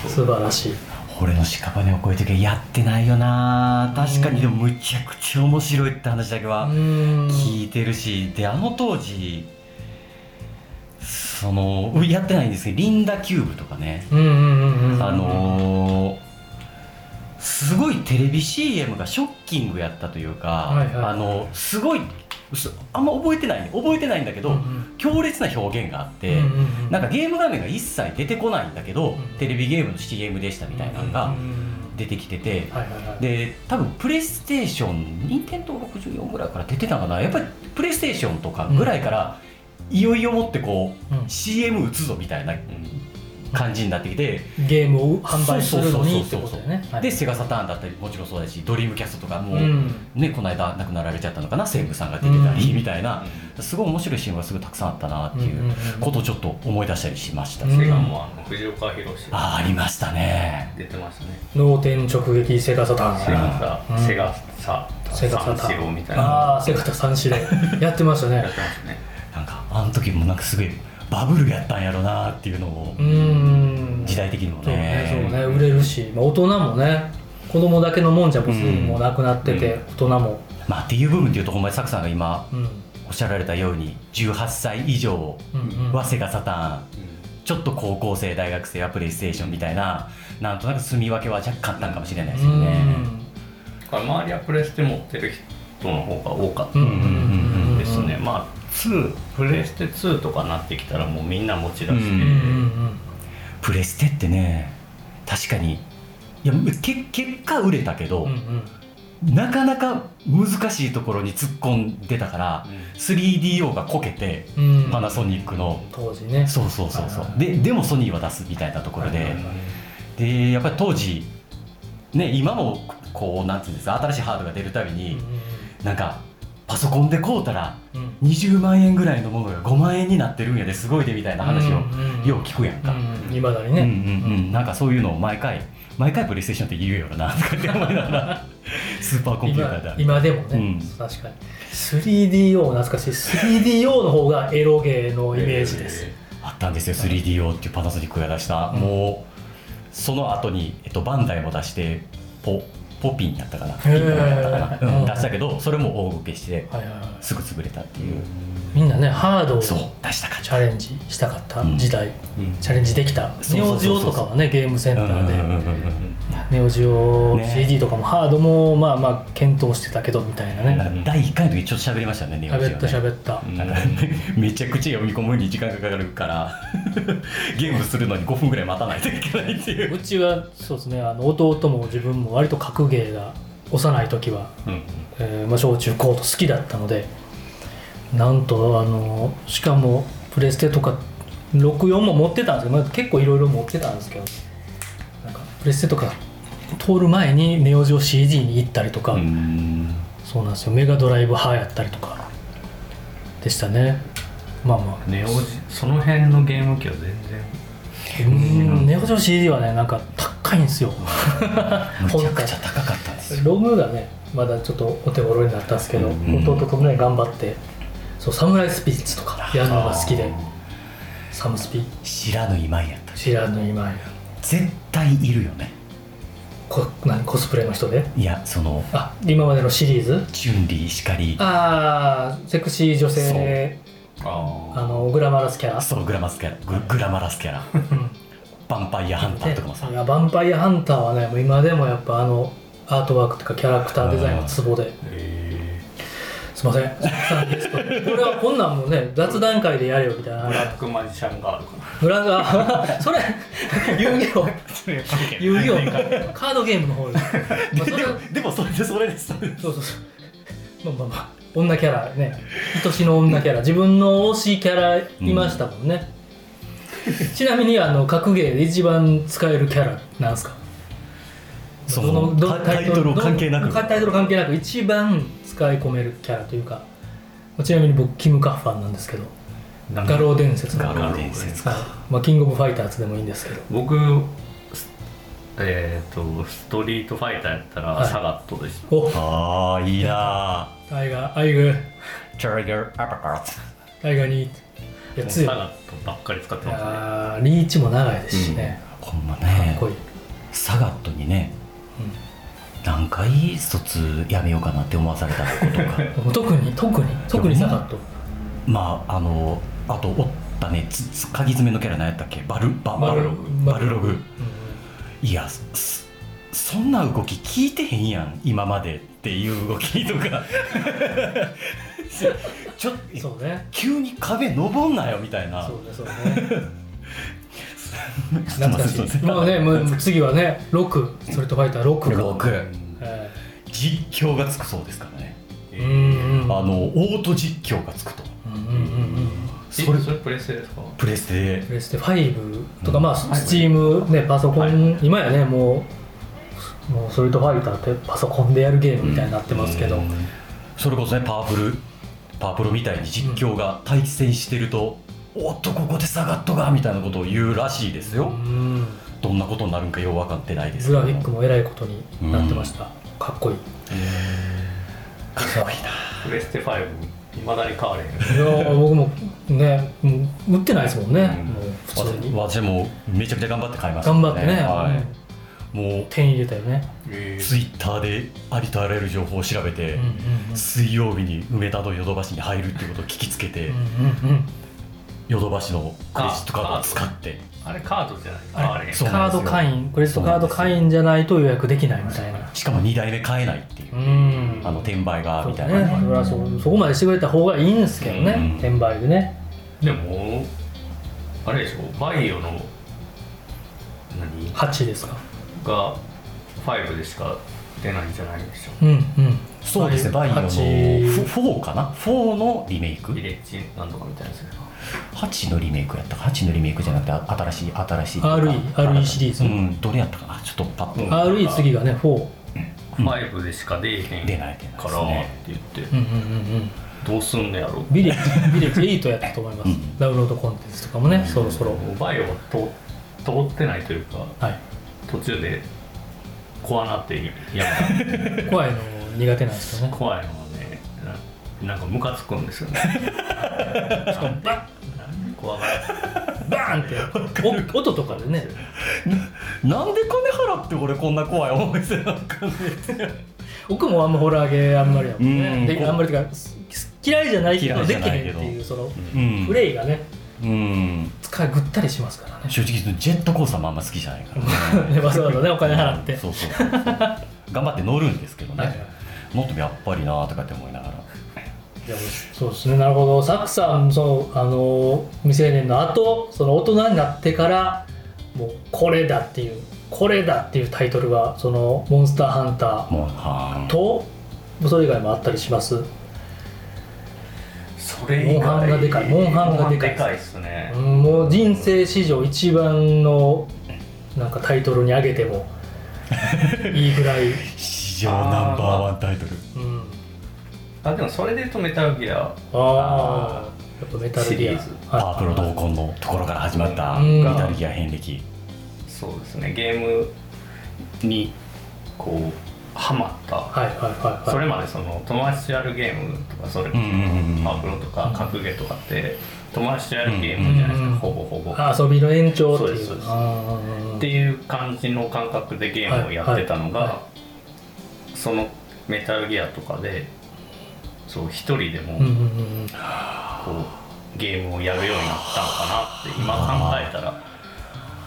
素晴らしい
俺の屍を超えてけやってないよな確かにでもむちゃくちゃ面白いって話だけは
うん
聞いてるしであの当時そのうんやってないんですけどリンダキューブとかね
うんうんうんうん
あのーすごいテレビ CM がショッキングやったというか、
はいはい
あのすごいすあんま覚えてない覚えてないんだけど、
うんうん
強烈な表現があって、
うんうんうん
なんかゲーム画面が一切出てこないんだけど、
うん
テレビゲームの CM でしたみたいなの
うん
が
うんうん
出てきてて、
はいはいはい
で多分プレイステーション任天堂64ぐらいから出てたのかなやっぱりプレイステーションとかぐらいから、いよいよもってこ
う
う CM 打つぞみたいな感じになってきて、
んゲームを販売するのにっ
そ
て
うそうそうそう
ことだよねはい
でセガサターンだったりもちろんそうだしドリームキャストとかも、
うん
ねこの間亡くなられちゃったのかな西武さんが出てたり
うん
みたいな、
う
すごい面白いシーンがすごいたくさんあったなってい
んん
ううんことをちょっと思い出したりしました、
うん
んセガもあの藤岡弘
あーありましたね
出てましたね
脳天直撃セガサタ
セ
ーン
ガサ、
うん
セガサ
セガサタ
三四
ー
郎
ン
みたいな
ああセガサ三四郎やってました
やっ
ね
てましたね
なんかあの時もなんかすごいバブルやったんやろなっていうのを
うん
時代的にも
そうね
ね
そうね売れるし、まあ、大人もね子供だけのもんじゃもうすでに
うん
もうなくなってて、
う
大人も、
まあっていう部分でいうとほんまにサクさんが今
うん
おっしゃられたように18歳以上
うんうん、
はセガサターンちょっと高校生大学生はプレイステーションみたいななんとなく住み分けは若干あったんかもしれないですよね
だから周りはプレステ持ってる人の方が多かっ
う
た
んうん
うん
うん
ですね、まあ2プレステ2とかなってきたらもうみんな持ち出して、
う
うんうんうん
プレステってね確かにいやけ結果売れたけど
うんう、ん
なかなか難しいところに突っ込んでたから、3DO がこけて
うんうん
パナソニックの、
当時ね
そうそうそうそ
はいうは
で
い
でもソニーは出すみたいなところで、
はいはい
でやっぱり当時ね今もこうなんていうんですか新しいハードが出るたび
うん
に、
うん
なんかパソコンで買うたら
うん
20万円ぐらいのものが5万円になってるんやですごいでみたいな話を
うんうん
よう聞くやんか、
うんいまだに
うん
ね、
うんうん、なんかそういうのを毎回毎回プレイステーションって言うよなとかって思いながらスーパーコンピューターであ
今
る
今でもね、
うん
確かに 3DO 懐かしい 3DO の方がエロゲーのイメージです、
あったんですよ 3DO っていうパナソニックが出した、
うん
もうその後にえっとバンダイも出してポポピンやったかなピン
へ
ポンやったかな、う
う
んん、出したけどそれも大受けして
はいはいはい
すぐ潰れたっていう、
みんなねハードをチ
そう出したか
ャレンジしたかった時代、
うん
チャレンジできた
そう
ネ
そ
オ
う
ジ
そ
オ
うそ
と
う
かはねゲームセンターで、
うんうんうんうん
ネオジオ
ね
CD とかもハードもまあまあ検討してたけどみたいな
うんな
ね
んか第1回の時ちょっと喋りましたよねネオジオね
喋った喋った、
うん
なんかめちゃくちゃ読み込むに時間がかかるから ゲームするのに5分ぐらい待たないといけないっていう
うちはそうですねあの弟も自分も割と格ゲーが幼い時は、
うん
えーまあ、小中高と好きだったのでなんとあのしかもプレステとか64も持ってたんですけど、まあ、結構いろいろ持ってたんですけどなんかプレステとか通る前にネオジオ CD に行ったりとか、
うん
そうなんですよメガドライブ派やったりとかでしたねまあまあ
ネオジその辺のゲーム機は全然
うんネオジオ CD はねなんか高いんですよ
むちゃ
本
く
体
ちゃ高かったんですよ
ログがねまだちょっとお手頃になったんですけど、
うん
弟とね頑張ってそうサムライスピリッツとかやるのが好きでサムスピ
知らぬ今井やったし
知らぬ今や
絶対いるよね
こ何コスプレの人で
いやその
あ今までのシリーズ
チュンリーしかり
ああセクシー女性あ
あ
のグラマラスキャラ
そうグラマスキャラググラマラスキャラ
うん
バンパイアハンターとかもさ
いやヴァンパイアハンターはねもう今でもやっぱあのアートワークとかキャラクターデザインのツボで
え
すいません鈴木さんゲストこれはこんなんもね雑談会でやれよみたい
ーブラ
な
ックマジシャンガールか
ブラが それ遊戯 王
な
遊戯王カードゲームの方で、まあ、それ
でもでもそれでそれです
そうそうそうまあまあまあ女キャラね愛しの女キャラ自分の推しキャラいましたもんね、ちなみにあの格ゲーで一番使えるキャラなんですか
そのタタイトルを関係なく
どタイトル関係なく一番使い込めるキャラというかちなみに僕キム・カッファンなんですけど
なん
画
か
廊伝説の
ガロ伝説
はいまあ、キングオブファイターズでもいいんですけど
僕すえっ、とストリートファイターやった
は
ら
い
サガットでした、
お
ああいいな
タイガーアイグ
ーチャリガーアパカーツ
タイガーにいや強い
サガットばっかり使って
い
ましたね
やーリーチも長いですしね、
ほんま
かっ
ね
こいい、
サガットにね何回卒やめようかなって思わされたことか
うん特に特に特にサカット
まああのあとおったねつつ鍵爪のキャラ何やったっけバルバ
バ
バ
ル
ル
ロ
ロ
グ
グバルログいやそそそんな動き聞いてへんやん今までっていう動きと かちょっ
うん
と
そうね
急に壁登んなよみたいな
そうね そうね
すいま
懐
せ
か
ん
し
すいませ
い
ん
まあねもう次はね6ストリートファイター6か、
僕
え
実況がつくそうですからね、
ー、うんうん
あのオート実況がつくと
うんうんうんうん
それそれプレステですか
プレステで
プレステ5とか、
うん
まあスチームねパソコン、今やねもうもうストリートファイターってパソコンでやるゲームみたいになってますけど、
うんそれこそねパープルパープルみたいに実況が対戦してると、おっとここで下がっとがみたいなことを言うらしいですよ、
うん
どんなことになるんかよう分かってないです
グ
けど
ラフィックもえらいことになってました、かっこいい
かっこいいな
プレステ5いまだに変われへん
いやー僕もねもう売ってないですもんね、
うん
もう普通に
私もめちゃくちゃ頑張って買いました
頑張ってね、
は
うん
い、もう
手に入れたよね、
え
ツイッターでありとあらゆる情報を調べて、水曜日に梅田のヨドバシに入るっていうことを聞きつけて、
うんうんうん
ヨドバシのクレジットカードを使って
あれカードじゃない
あ
あ
れ
れ
そう
カ
な
ー
んです
ド
よ
会員クレジットカード会員じゃないと予約できないみたいな
しかも2台目買えないっていうう、
ん
あの転売が
そう
みた
だ
いな、
ねそれはそうそこまでしてくれた方がいいんですけどね、
うん
転売でね
でもあれでしょバイオの何
8ですか
が5でしか出ないんじゃないでしょ
うんうん
そうですねバイオの
8
4かな4のリメイク
ビレッジなんとかみたいなやつやな
8のリメイクやったか8のリメイクじゃなくてあ新しい新しい
RE RE シリーズ
うんどれやったかなちょっとパッと、
うん
RE 次がね4うん
5でしか出えへん
出ない出ない
か
です
らっ
ね
て言っ
う
て
んうんうん
どうすんのやろ
ビレッジビレッジ8やったと思います、
うん
ダウンロードコンテンツとかもねそろそろ
バイオはと通ってないというか
はい
途中で怖なってやめ
怖いの苦手なんです よ
た
ね
怖いのはね ななんかムカつくんですよねなんで怖がら
バーンーンってお音とかでね
なんで金払って俺こんな怖い思いせなあかんね
僕もあんまホラーゲーあんまりやもん
う
ね
ん
であんまりってかす嫌いじゃないけど
嫌い
で
じ
き
ゃ
へん
ない
って いうその
ん
プレイがね
うん
使いぐったりしますからね
正直ジェットコースターもあんま好きじゃないから
ねわざわざねお 金払って
うんそうそうそうそう頑張って乗るんですけどね、
はいはい
乗ってもやっぱりなーとかって思いながら
でもそうですねなるほどサクさんそのあの未成年の後その大人になってからもうこれだっていうこれだっていうタイトルがそのモンスターハンター
もうはー
とそれ以外もあったりします
それ
モ
以外
ンハンがでかいモンハンがでかい
モンハンっすね
うんもう人生史上一番のなんかタイトルに上げてもいいぐらい、
史上ナンバーワンタイトル
うん、
あでもそれで言うとメタルギア
ああやっぱメタルギア
シリーズ
パープロ同
う
梱のところから始まった
うん
メタルギア遍歴
そうですねゲームにこうハマった
はいはいはいはい
それまでその友達とやるゲームとかそれこ
うんうんうんう
そ
ん
パワープロとか格ゲーとかって友達とやるゲームじゃないです
うんうん
かほぼほぼっ
あ遊びの延長って
そうで
い
すそううです
あー
ていう感じの感覚でゲームをやってたの
はいはいは
がそのメタルギアとかでそう一人でも
うんうんうんうん
こうゲームをやるようになったのかなって今考えたら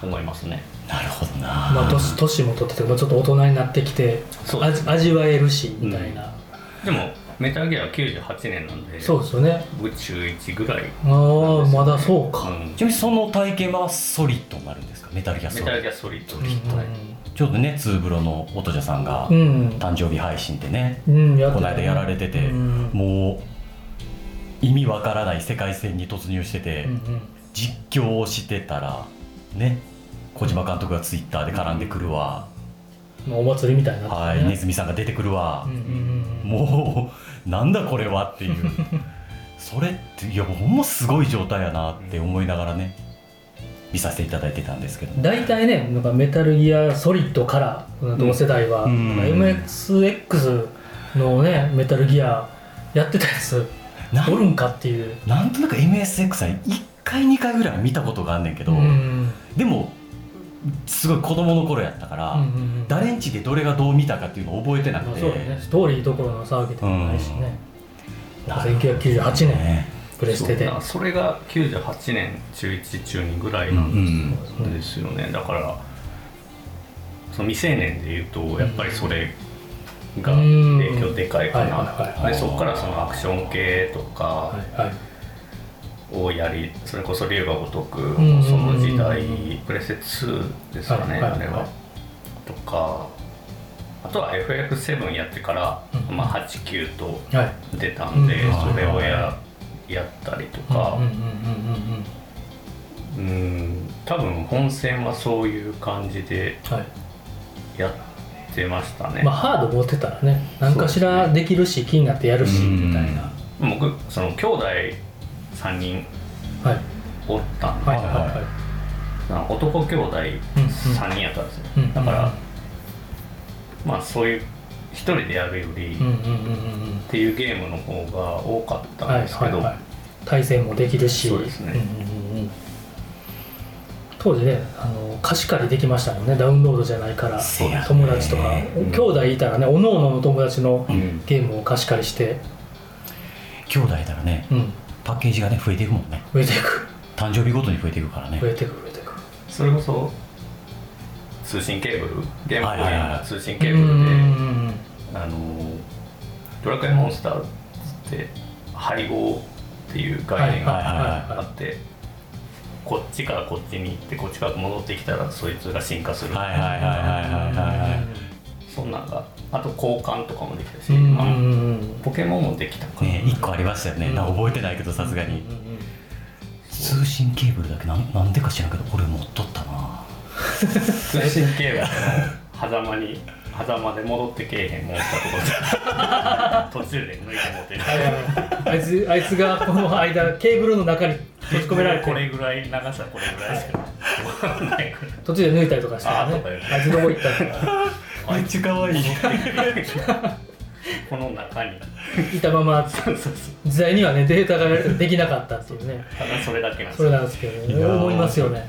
思いますね
なるほどな、
まあ、年年も取っててもちょっと大人になってきて
そうです
味味わえるしみたいな、
でもメタルギアは98年なんで
そうですよね
僕中1ぐらい
ああまだそうか、
うん
ちなみにその体験はソリッドになるんですかメタルギアソ
メ
リ
タル
ッ
ギアソリッド
うん
リッド
ドちょうどねツーブロの音じゃさんが
うん
誕生日配信でね、
うん、うんやって
この間やられてて、
うん
もう意味わからない世界線に突入してて、
うんうん
実況をしてたらね小島監督がツイッターで絡んでくるわ、
まあお祭りみたいになっ
は
て
い
ね
ネズミさんが出てくるわ
うん、うんうん
もうなんだこれはっていうそれっていやほんますごい状態やなって思いながらね見させていただいてたんですけど、
大体ねなんかメタルギアソリッドから同世代は、
うん
なんか MXX のねメタルギアやってたやつ
な
おる
ん
んかっていう、
なんとなく MSX さん1回2回ぐらい見たことがあんねんけど、
うん
でもすごい子供の頃やったから、
うんうんうん
誰んちでどれがどう見たかっていうのを覚えてな
ま
く
あ
て、
そうだねストーリーどころの騒ぎでもないしね、
うん
なんか1998年、
ね
プレステで
そうそれが98年中1中2ぐらいなんですよね、だからその未成年でいうとやっぱりそれが
うん
影響でかいか
うんはいはい
な
は
と
い
でそこからそのアクション系とか
はいはい
をやりそれこそ龍が如く
ん
もその時代プレステ2ですか
はい
ね
はい
あれ
はい
はとかあとは FF7 やってから
うん
まあ89と
はい
出たんで
うん
それをややったりとか。
うんうんうんうんうん
うん多分本戦はそういう感じで
は
やってましたね、
いまあハード持ってたらね何かしらできるし気になってやるし
うん
みたいな
僕その兄弟3人
はい
おったんで、
はいはいは
なんか男兄
う
弟
んうん
3人やったんですよ、
いうん
だから、まあそういう1人でやるより
うん
っ
うんうんうんうん
ていうゲームの方が多かった
は
ん
い
ですけ
はい
ど、
はい対戦もできるし
そうですね
うんうんうん当時ねあの貸し借りできましたもんねダウンロードじゃないから
そうやね
友達とか
うん
兄弟いたらねおのおのの友達の
うん
ゲームを貸し借りして
兄弟だらね
うん
パッケージがね増えていくもんね
増えていく
誕生日ごとに増えていくからね
増えていく増えていく
それこそ通信ケーブルゲームボ
は
ーイ
いはいはい
の通信ケーブルで、
うん
あのドラクエモンスターズって配合っていう概念
はい
が
はい
あって、こっちからこっちに行ってこっちから戻ってきたらそいつが進化する、
はいはいはいはいはいはいは
そんなんがあと交換とかもできたし、
うんうん
あ
うんうん
ポケモンもできたか
い
ら、
ね一個ありましたよね、
うん
なんか覚えてないけどさすがに、
うんうんうん
通信ケーブルだけなんなんでか知らんけど俺持っとったな
通信ケーブルの狭間に狭間で戻ってけえへんモンスターとか途中で抜いて持ってる
はいはいはいあいつあいつがこの間ケーブルの中に閉じ込められ
こ
て
れぐらい長さこれぐらいしかない
途中で抜いたりとかしてね
あーそうだよね
あいつどこ行ったとか
めっちゃ可愛い
戻ってこの中に
いたまま
そうそうそう
時代にはねデータができなかったっていうね
ただそれだけなんです
それなんですけど、
い
ね、
やー
思いますよね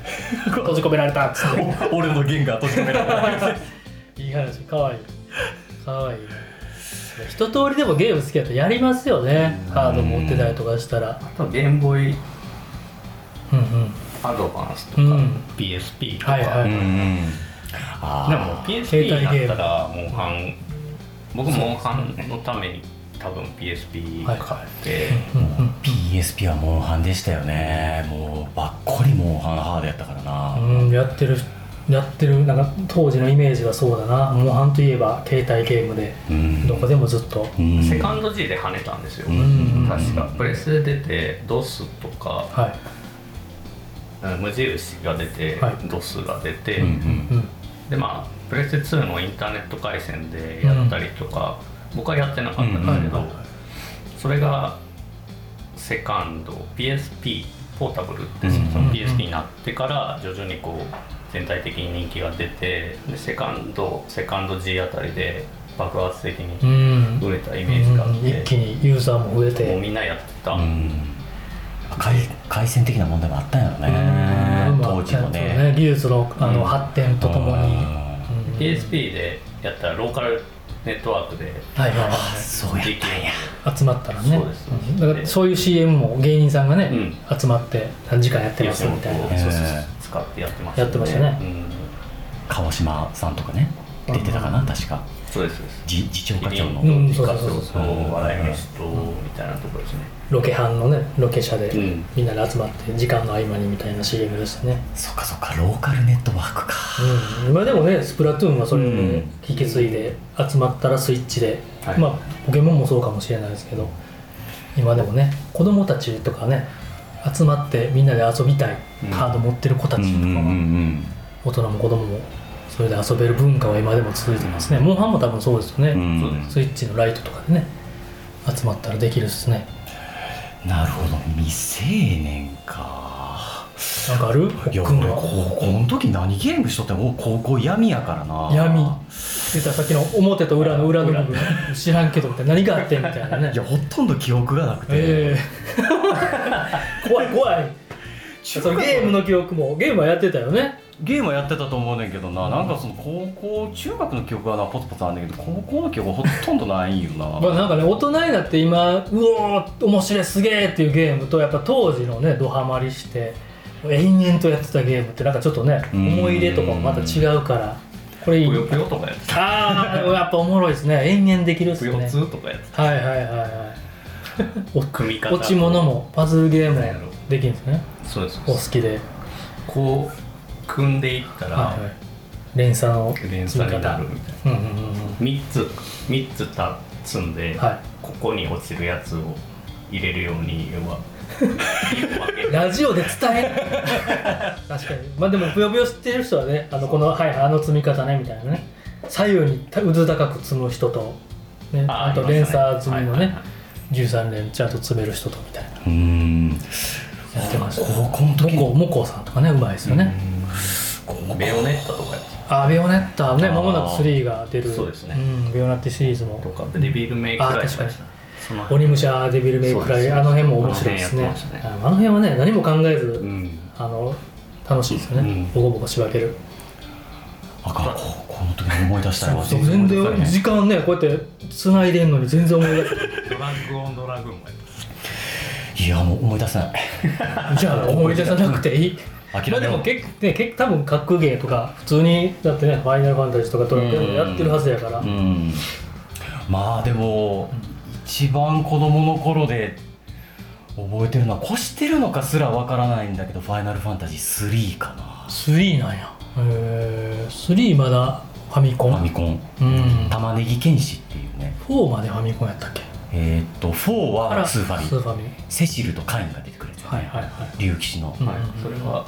閉じ込められたっつって
お 俺の弦が閉じ込められた
いい話かわいいかわいい一通りでもゲーム好きだとやりますよねハード持ってたりとかしたら
あとゲームボーイ
うんうん
アドバンスと
う
か、
ん
PSP とか、
はいは
う
い
んうん
でも
あ
PSP
携帯
にな
ゲーム
ったらモンハン僕モンハ
そうです
ンのために多分 PSP
は
買
い
って、
うんうん
ー PSP はモンハンでしたよねもうばっこりモンハンハードやったからな、
うん、やってるやってるなんか当時のイメージはそうだなモンハンといえば携帯ゲームで
うん
どこでもずっと
うん
セカンド G で跳ねたんですよ、
うん
確かプレスで出て DOS とか、
は
うん無印が出て、
はい
DOS が出て、
うん
い、うん、
でまあプレステ2のインターネット回線でやったりとか、僕はやってなかったんですけど、
うん
それがセカンド PSP ポータブルです
うん
その
うん
PSP になってから徐々にこう全体的に人気が出てでセカンドセカンド G あたりで爆発的
う
に
ん
売れたイメージがあっ
一気
て、
にユーザーも増えて
もうみんなやってた、
うんうん回回線的な問題もあったんやろ
う
ね
ん
当時の
そうです
ね
ね技術のあの、
うん
発展とともに、
あ
うん
PSP でやったらローカルネットワークで
はいはいはい
ーそうやったんや
集まったらね
そうです
んだからそういう CM も芸人さんがね、
う
集まって何時間やってます
仕事
みたいな
ね
そうそうそう使ってやってました
やってましたね
うん
川島さんとかね出てたかな確か
そうですそうです
じ次長課
キリ
長
ン
の
と
うん
ピカ
そうそう
ソ
そう
と笑い飯とみたいなところですね
ロケ班のねロケ車で、
うん
みんなで集まって時間の合間にみたいな CM でしたね
そっかそっかローカルネットワークか
うん、今でもねスプラトゥーンはそれ
う
で
ん
引き継いで集まったらスイッチで、
はい
まあポケモンもそうかもしれないですけど今でもね子供たちとかね集まってみんなで遊びたい
うん
カード持ってる子たちとかは大人も子供もそれで遊べる文化は今でも続いてますねモンハンも多分そうですよね、
うん
そうです
スイッチのライトとかでね集まったらできるっすね
なるほど未成年か
なんかある
いや
ほっくん
俺
は
高校の時何ゲームしとっても高校闇やからな
闇出た先の表と裏の裏の部分知らんけどみたいな何があってみたいなね
いやほとんど記憶がなくて、
ええ怖い怖い
中
そ
学
のゲームの記憶もゲームはやってたよね
ゲームはやってたと思うねんけどな、なんかその高校中学の記憶はなポツポツあんねんけど高校の記憶はほとんどないんよな
まあなんかね大人になって今うおー面白いすげえっていうゲームとやっぱ当時のねドハマりして延々とやってたゲームってなんかちょっとね
うん
思い入れとかもまた違うからこれいい
ぷよぷよとかやってた
ああやっぱおもろいですね延々できるっす
ぷ
ね
よつとかやって
はいはいはいはいお
組み方
落ち物もパズルゲームもできるんですね
たそうですそう
お
で
好
す
きで、
こう組んでいったら
はいはい、連鎖の
連鎖になるみたいな
うんうんうん
3つ三つた積んで、
は
ここに落ちるやつを入れるように要は
うん、ラジオで伝え 確かにまあでもぷよぷよ知ってる人はねあのこのはいあの積み方ねみたいなね左右に渦高く積む人と、ね、あと連鎖積みのね、13連ちゃんと積める人とみたいな
うーん
やってました
高校の時
モコモコさんとかねうまいですよね、
高校
ベヨネッタとかやって
あベオネッタね
あー
まもなく3が出る
そうですね
ん、ベオネッタシリーズ
たと
も
かデビルメイクライ
あ
と
確かに
その
鬼武者デビルメイクラ
そうで
イ
す
あの辺も面白いですね
あ
あ
の
の辺
辺やってましたね
はね何も考えず、
うん
あの楽しいですよね、
うん
ボコボコしばける
あかん高校の時に思い出したよ
そう全
そうです
然
ね
時間ねこうやって繋いでんのに全然思い出せ
ドラッグオンドラグーンもやって
いやもう思い出せない
ないじゃあ思い出さなくていい
諦
ま
め
あで
よう
も結構ね結構多分格ゲーとか普通にだってねファイナルファンタジーとかドラクエもやってるはずやから
うんまあでも一番子供の頃で覚えてるのは越してるのかすらわからないんだけど「ファイナルファンタジー3」かな
3なんやへえ3まだファミコ
ファ
ン
ミコン
うん
玉ねぎ剣士っていうね
4までファミコンやったっけ
えーっと4
あら
はスーファミ
スーファミ
セシルとカインが出てくるやつ
はいはいはい
竜騎士の
うん
た、はい、それは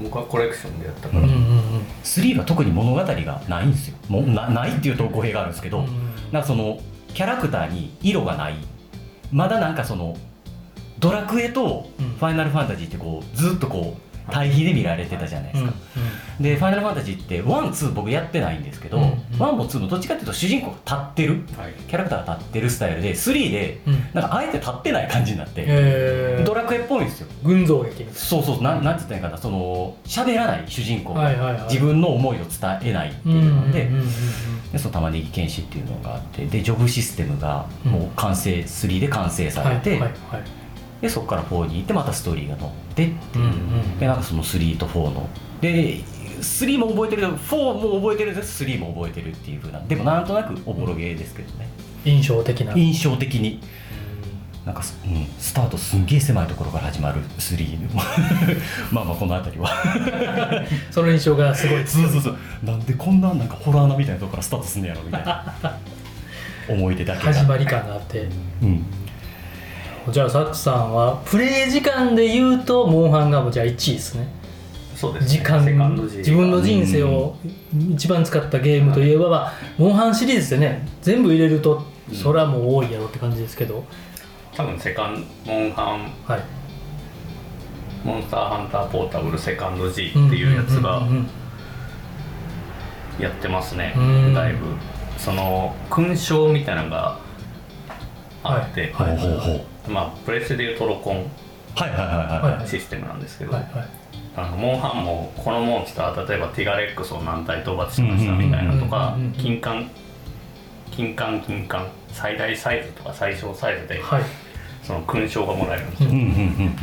僕はコレクションでやったから、
うんうん
3は特に物語がないんですよもうなないっていうと語弊があるんですけ
う
ど、
んうん
なんかそのキャラクターに色がないまだなんかそのドラクエと
うん
ファイナルファンタジーってこうずっとこう対比で見られてたじゃないで
う
す
ん
か、で「ファイナルファンタジー」って1、2僕やってないんですけど、
うんうん
1も2もどっちかっていうと主人公が立ってる
はい
キャラクターが立ってるスタイルで3で
うん
なんかあえて立ってない感じになって、
え
ド
ー、
ラクエっぽいんですよ
群像劇みたい
そうそうなんなんて言ったらいいかなその喋らない主人公
な
が
はいはいはい
自分の思いを伝えないって
うんう
いうん
うん
の
う
で,、
ん
でその玉ねぎ剣士っていうのがあってでジョブシステムがもう完成、3で完成さ
は
れ
い
て、
はいはい
でそこから4に行ってまたストーリーが乗ってっていう、
うんうん
でなんかその3と4ので3も覚えてるけど4も覚えてるんです3も覚えてるっていうふうなでもなんとなくおぼろげですけどね、
印象的な
印象的になんかす、うん、スタートすんげえ狭いところから始まる3 まあまあこの辺り は
その印象がすごい
そうそうそうなんでこんななんかホラーなみたいなところからスタートすんねやろみたい な思い出だけが
始まり感があって
うん
じゃあサックさんはプレイ時間で言うとモンハンがもうじゃあ1位ですね
そうですね
時間
セカンド G
自分の人生を一番使ったゲームといえば、まあモンハンシリーズでね全部入れると
うん
それはもう多いやろって感じですけど、
多分セカンドモンハン
はい、
モンスターハンターポータブルセカンド G っていうやつが
うんうん
やってますね
うん
だいぶその勲章みたいなのがあって、
ほうほうほう
まあプレステでいうトロコン
はいはいはいはい、
はい
システムなんですけ
うん
ど、
はいはい
あのモンハンもこのモンスター例えばティガレックスを何体討伐しましたみたいなのとか
うんうんうんうん
金冠金冠金冠最大サイズとか最小サイズで
はい
その勲章がもらえるんですよ、
うんうんうんう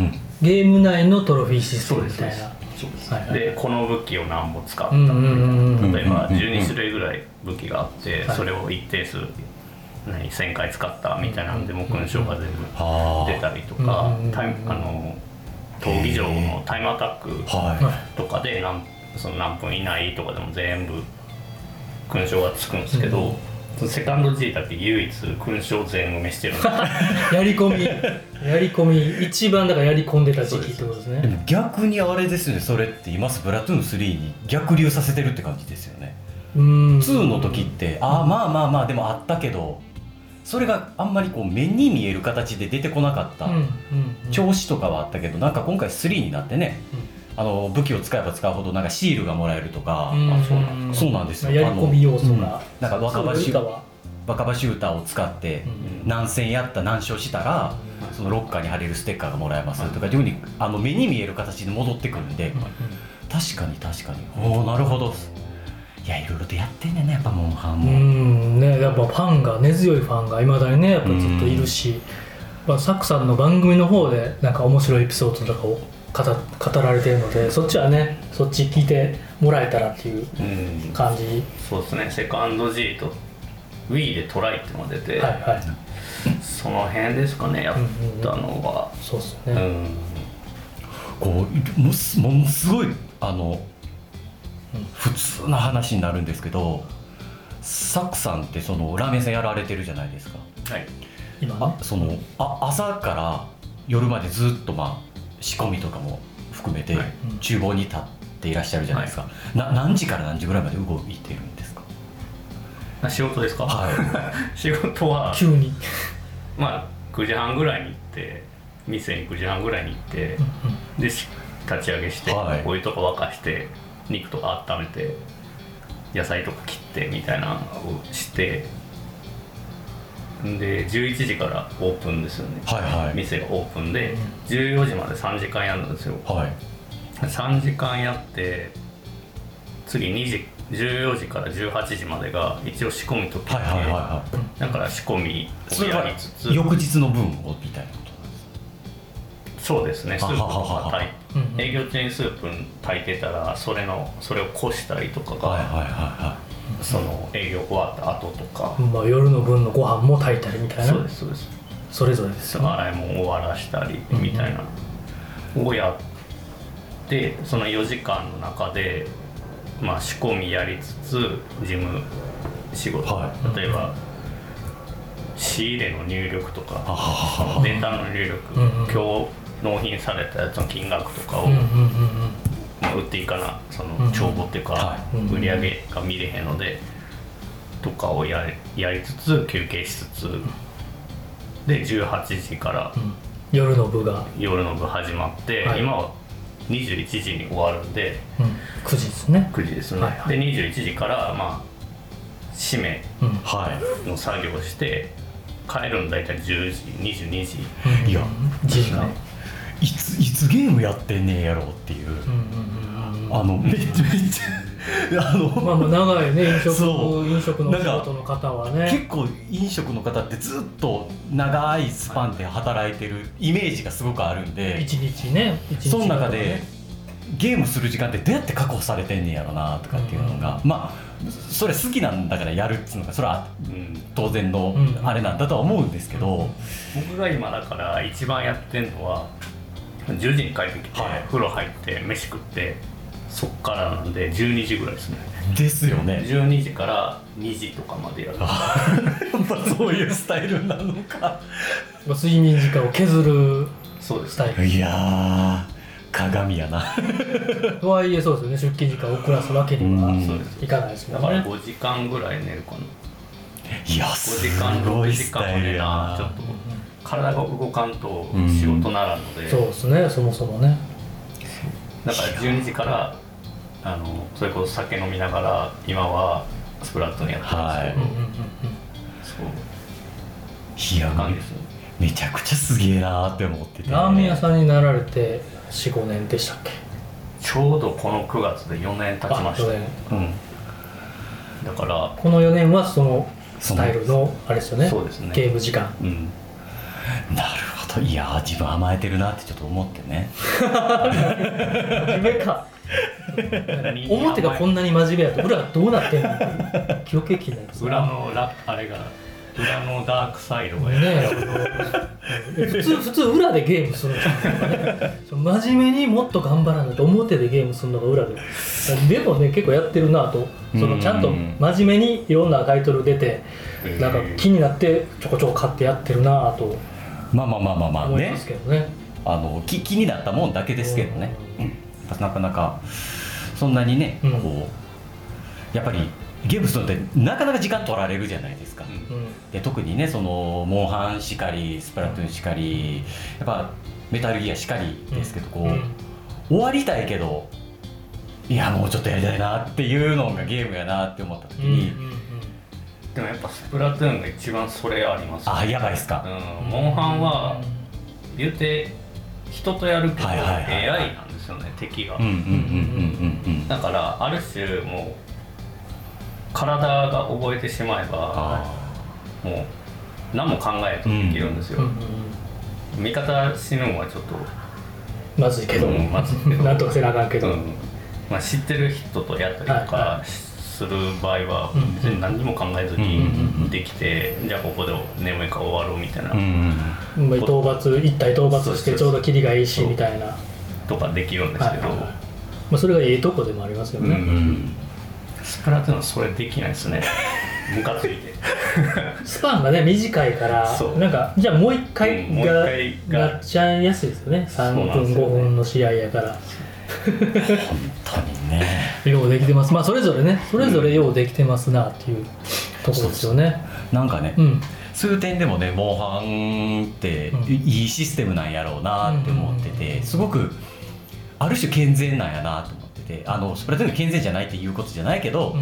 ん
ゲーム内のトロフィーシステムみたいな
そうです
はいはい
でこの武器を何本使った
う
み
ん
た
うん
い
うんうん
な例えば
うんうんうん
12種類ぐらい武器があって
はい
それを一定数何1000回使ったみたいなんでもう勲章が全部
は
出たりとか
うんうんうん
タイムあの闘技場のタイムアタック
あはい、
は
とかで何その何分以内とかでも全部勲章がつくんですけど、そのセカンド G だけ唯一勲章全埋めしてるんですよ
いやり込みやり込み一番だからやり込んでた時期ってことです
で
ね
も逆にあれですよねそれって今スプラトゥーン3に逆流させてるって感じですよね
うん
2の時ってああまあまあまあでもあったけどそれがあんまりこう目に見える形で出てこなかった、
うんうんうん
調子とかはあったけどなんか今回3になってねあの武器を使えば使うほどなんかシールがもらえるとか、
あそうなん
ん
そうなんですよ
やり込み要素が、
なんか若葉シ
そういう
ュ
歌は
若葉シューターを使って
うん
何戦やった何勝したらそのロッカーに貼れるステッカーがもらえますとかいうふうにあの目に見える形に戻ってくるんで、確かに確かにおおなるほどいやいろいろとやってんねんねやっぱモンハン
う
も、
んねやっぱファンが根強いファンがいまだにねやっぱずっといるし、まあ、サクさんの番組の方でなんか面白いエピソードとかを語語られてるのでそっちはねそっち聞いてもらえたらっていう
うん
感じ、
そうですねセカンド G と Wii でトライっていうのが出て、
はいはい
その辺ですかねやったのは
そうっす
うん、
ね、
こうもすものすごいあの、普通な話になるんですけどサクさんってそのラーメン屋さんやられてるじゃないですか
はい
今ね
あそのあ朝から夜までずっと、まあ、仕込みとかも含めて
はい
うん
厨房に立っていらっしゃるじゃないですか、な何時から何時ぐらいまで動いてるんですか
あ仕事ですか、
は
仕事は
急に、
まあ9時半ぐらいに行って店に9時半ぐらいに行ってでし立ち上げして、
はい
お湯とか沸かして肉とか温めて野菜とか切ってみたいなのをしてで11時からオープンですよね、
はいはい
店がオープンで
うん
14時まで3時間やるんですよ
はい
3時間やって次2時14時から18時までが一応仕込みと切って、
はいはいはいはい
だから仕込み
そ
を
れ
や
は
りつつ
翌日の分をみたいなこと
そうですねスープと
ははは
か
は
炊い
うん
営業中にスープ炊いてたらそれのそれをこしたりとかが、
はいはいは
その営業終わった後とか、
まあ、夜の分のご飯も炊いたりみたい
そう
な
ですそうです
それぞれです
その洗い物を終わらしたりみたいなをやってその4時間の中で、まあ、仕込みやりつつ事務仕事、
は
例えば仕入れの入力とか
いはははは
データの入力、
うんうん
今日納品されたやつの金額とかを、
うんうんうんうん
まあ、売っていかなそ
うん
の帳簿っていうか、
いうん
売り上げが見れへんのでとかをややりつつ休憩しつつで18時から
夜の部が
夜の部始まって、
はい
今は21時に終わるんで
うん、9時ですね、
9時ですね、
はいはい
で21時からまあ締め
うん
は
の作業して帰るの大体10時22時
いや
時間、
いいついつゲームやってんねんやろうっていう、
うんうんうんうん
あのめっちゃめっちゃあの、
まあまあ長いね飲
そ
食飲食のお仕事の方はね
結構飲食の方ってずっと長いスパンで働いてるイメージがすごくあるんで、
一日ね一日
その中でゲームする時間ってどうやって確保されてんねんやろなとかっていうのが、まあそれ好きなんだからやるっつうのがそれは
うん
当然の
うん
あれなんだとは思うんですけど、
僕が今だから一番やってんのは10時に帰ってきて、
はい
風呂入って飯食ってそっからなんで12時ぐらいですね
ですよね
12時から2時とかまでやる
やっぱそういうスタイルなのか
まあ睡眠時間を削る
そうです
スタイ
いやー鏡やな
ルとはいえそうですよね出勤時間を遅らすわけに
う
は
ん
そうです
いかないですも
だ
ん
から
ね
5時間ぐらい寝るかない
や
5
す
時間
ご
6
い
時
ス
間
タ
も
イル
寝
や
なちょっ
な
と体が動かんと仕事ならんので、
そうですねそもそもね
だから12時からあのそれこそ酒飲みながら今はスプラットにやってますけ
うん
ど、
うんうんうん
そう
いや
いう感じですね
めちゃくちゃすげえなーって思ってて
ラーメン屋さんになられて45年でしたっけ
ちょうどこの9月で4年経ちまし
あ
た
四年
うん、だから、
この4年はその
そ
ス
の
タイルのあれですよね
そうですね
ゲーム時 間
うん、
なるほどいやー自分甘えてるなってちょっと思ってね
真面目か表がこんなに真面目やと裏はどうなってんの っていう記憶気になりますね
裏のラあれが裏のダークサイドがやる
ねえ普通普通裏でゲームするんですよその真面目にもっと頑張らないと表でゲームするのが裏ででもね結構やってるなとそのちゃんと真面目にいろんなタイトル出て
うん
なんか気になってちょこちょこ買ってやってるなと
まあまあまあまあまあ
思い
ね
ますけどね
あのき気になったもんだけですけどね、うん、やっぱなかなかそんなにね、
うん
こうやっぱりゲームするのってなかなか時間取られるじゃないですか、
うん
うん
で特にねそのモンハンしかりスプラトゥーンしかりやっぱメタルギアしかりですけどこう、終わりたいけどいやもうちょっとやりたいなっていうのがゲームやなって思った時
うんうん
に、
でもやっぱスプラトゥーンが一番それあります、
あやばいっす
う
か、
うん
ん、モンハンは言うて人とやるけど
はいはいはいはい
AI なんですよね敵が、
うん、うんうんうんうんうん
だからある種もう体が覚えてしまえば
あ
もう何も考えずにできるんですよ、
うんうん
味方死ぬのはちょっと
まずいけど
うんまずい けど
なんとかせなあかんけど、
うんまあ、知ってる人とやったりと
はい
かする場合は
うん
別に何にも考えず
うんうんうんうん
にできてじゃあここで眠いから終わろうみたいな
うんうんうん
まあ討伐一体討伐してちょうどキリがいいし
そう
みたいな
とかできるんですけど
はいはいはいまあ、それがいいとこでもありますよ
うんう
ね、
ん
スプラトゥーンはそれできない ですねムカついて
スパンがね短いから
そう
なんかじゃあもう一
うん
回
もう一
が
回が
なっちゃいやすいですよね
そう
3
なん
分
ですよね
5分の試合やから
本当にね
ようできてますまあそれぞれねそれぞれようできてますなっていうところですよね
なんかね、
うん
そういう点でもねモンハンって
うん
いいシステムなんやろうなって思って
うんうんう
て
ん
すごくある種健全なんやなと思っててあのスプラトゥーンが健全じゃないっていうことじゃないけど、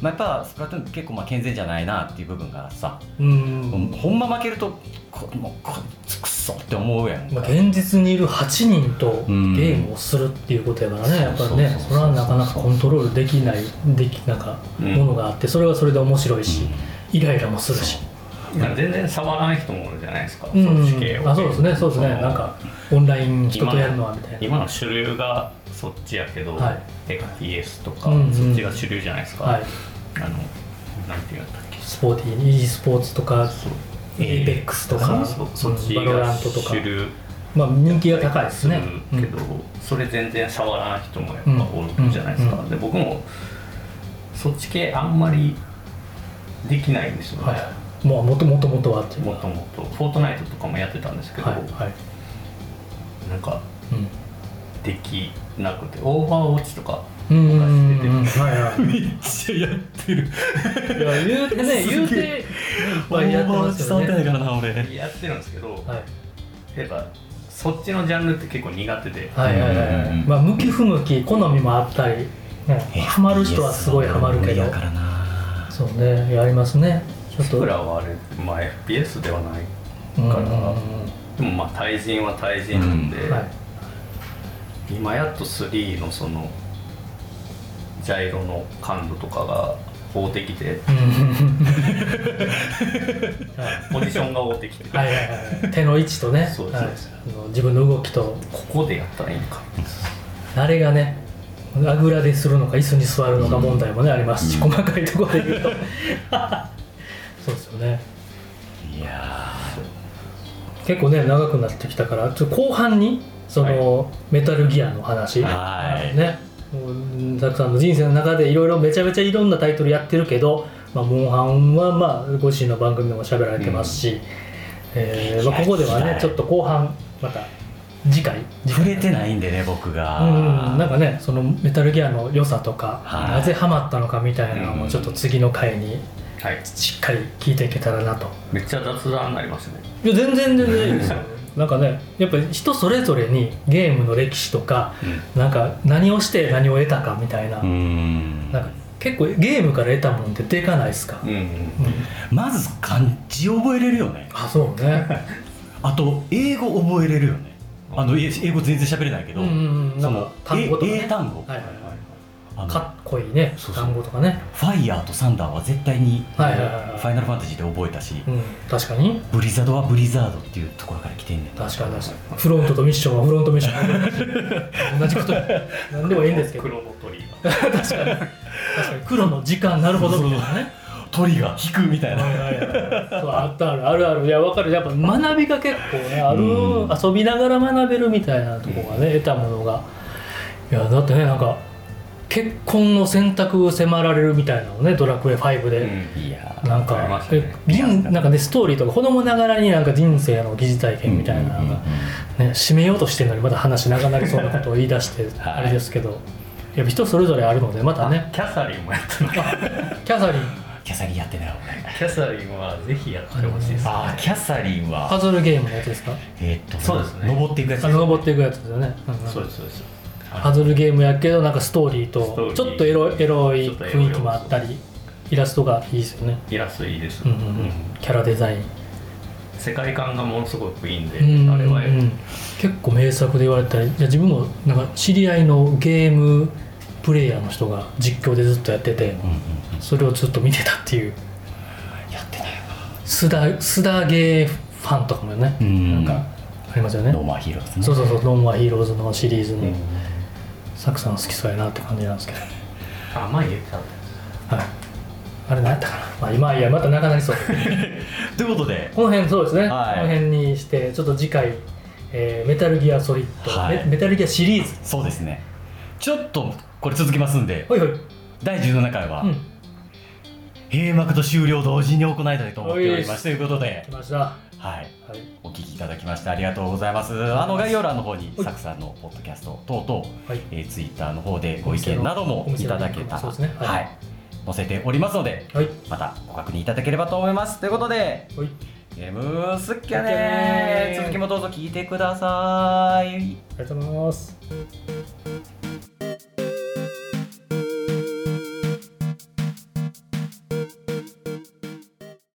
まあ、やっぱスプラトゥーンって結構まあ健全じゃないなっていう部分がさ、
うん、うん
ほんま負けるとこもうこくっそって思うやんか、
まあ、現実にいる8人とゲ
うん
ームをするっていうことやからね、やっぱりね
そうそうそうそう
それはなかなかコントロールできないできなんか
うん
ものがあってそれはそれで面白いし、イライラもするし
なんか全然触らない人もおるじゃないですか、
うん
そっち系を
あそうですねそうですね
の
なんかオンライン人とやるのはみたいな
今の主流がそっちやけど、
はい
てか PS とか、
うんうん
そっちが主流じゃないですか、
はい、
あのなんていうんだったっけ
スポーティーに e スポーツとか
そう
APEX とか
そうそっち
バロラ
が
ントとか
主流
まあ人気が高いですね
けど、それ全然触らない人もやっぱ
うん
おるじゃないですか、
うん
で僕もそっち系あんまりできないんですよ
うん
ね、
はい、もうもともともとはっていう
もっともっとフォートナイトとかもやってたんですけど、
はいはい、
なんか
うん
できなくてオーバーウォッチとか
うんうんうんうんはいは
めっちゃやって る
いいや言うてね言うてねいっぱいやってますよ
伝わってな
ね
いからな俺
やってるんですけど、
はい
やっぱそっちのジャンルって結構苦手で、
はいはいはい、
うん
まあ向き不向き好みもあったり、ね、ハマる人はすごいハマるけど
やからな
そうねやりますねちょっ
ス
と
プラはあれ、まあ、FPS ではない
うんうん
から
う
でもまあ対人は対人なんで、
んはい
今やっと3のそのジャイロの感度とかが法的で
うんうんうんはい
ポジションが法的で
はいはいはい手の位置とね
そう
は
そう
いあの自分の動きと
ここでやったらいいのか
あれがねあぐらでするのか椅子に座るのか問題もね、ありますし
うん
細かいところで言うとそうですよね
いや
結構ね長くなってきたからちょっと後半にその、メタルギアの話、
ーはい
ねもううんたくさんの人生の中でいろいろめちゃめちゃいろんなタイトルやってるけど「まあ、モンハン」はまあご自身の番組でも喋られてますし、えーまあ、ここではいね
や
ちょっと後半また次回
触れてないんでね僕が
うん、なんかねそのメタルギアの良さとか、
はい
なぜハマったのかみたいなのもちょっと次の回に
はい
しっかり聞いていけたらなと
めっちゃ雑談になりましたね
いや全然全然いいですよなんかねやっぱり人それぞれにゲームの歴史とかなんか何をして何を得たかみたいな,、
うん
なんか結構ゲームから得たもんってでかないですか、
うん、うん
うん
まず漢字覚えれるよね
あそうね
あと英語覚えれるよねあのいえ英語全然喋れないけ
う
ど、
んうんうんな
そ
んか
の
単語とか、
英
ね
英、単語、
はいはい
は
はい
あの
いかっこいいね
そうそう
単語とかね
ファイヤーとサンダーは絶対に、
はいはいはいはい
ファイナルファンタジーで覚えたし、
うん確かに
ブリザードはブリザードっていうところから来てんねんな
確かに確かにフロントとミッションはフロントミッション同じこと何でもいいんですけど
クロノトリガー
確かに確かに黒の時間なるほどみたいなね
トリガー引くみたいな、
はいはいはいそうあったあるあるあるいやわかるやっぱ学びが結構ねある、
うん
遊びながら学べるみたいなとこがね、得たものがいやだってねなんか結婚の選択を迫られるみたいなのね「ドラクエ5」で。
うん
いや
なん
あり
か
ましたね
え人なんかねストーリーとか子供ながらになんか人生の疑似体験みたいなのが、
うんうんうん
ね、締めようとしてるのにまだ話長なりそうなことを言い出して
はい
あれですけど、やっぱ人それぞれあるのでまたね
キャサリンもやったな
キャサリン
キャサリンやってない俺
キャサリンはぜひやってほしいですね
あーキャサリン
パ
は
ズルゲームのやつですか
えーっと
そうですね
登っていくやつ
あの登っていくやつですよね、うんうん
そうですそうです
パズルゲームやけどなんかストーリー
ストー
と
リー
ちょっとエロエロい雰囲気もあったりイラストがいいですよね、
イラストいいです、
うんうんうん
うん
キャラデザイン、
世界観がものすごくいいんで、
うんうんうん
あれは
結構名作で言われたりじゃあ自分もなんか知り合いのゲームプレイヤーの人が実況でずっとやってて
うんうんうん
それをずっと見てたっていう
やってない
須田須田ゲーファンとかもね、
うん
なんかありますよね
ノーマーヒーローですね
そうそうそう「ノンマヒーローズ」のシリーズの、
うん
サクさん好きそうやなって感じなんですけど
あ前言ってたんだ
はいあれ何やったかな、まあ、今いやまた長 なりそう
ということで
この辺そうですね、
はい
この辺にしてちょっと次回、えーメタルギアソリッド、
はい
メメタルギアシリーズ
そうですねちょっとこれ続きますんで
ほいほい、
第17回は、
うん、
閉幕と終了同時に行いたいと思っておりますと
おい
いうことで
来、ましたは
はい、
い
お聞きいただきましてありがとうございますあの概要欄の方に
はい
サクさんのポッドキャスト等々、
はい
えー、ツイッターの方でご意見なども
お
い
店の
ただけたら、
そうですねは
はいい載せておりますので
はい
またご確認いただければと思いますということで
ほい
ゲームすっきゃ
すっきゃね
ね
ー
続きもどうぞ聞いてください
ありがとうございます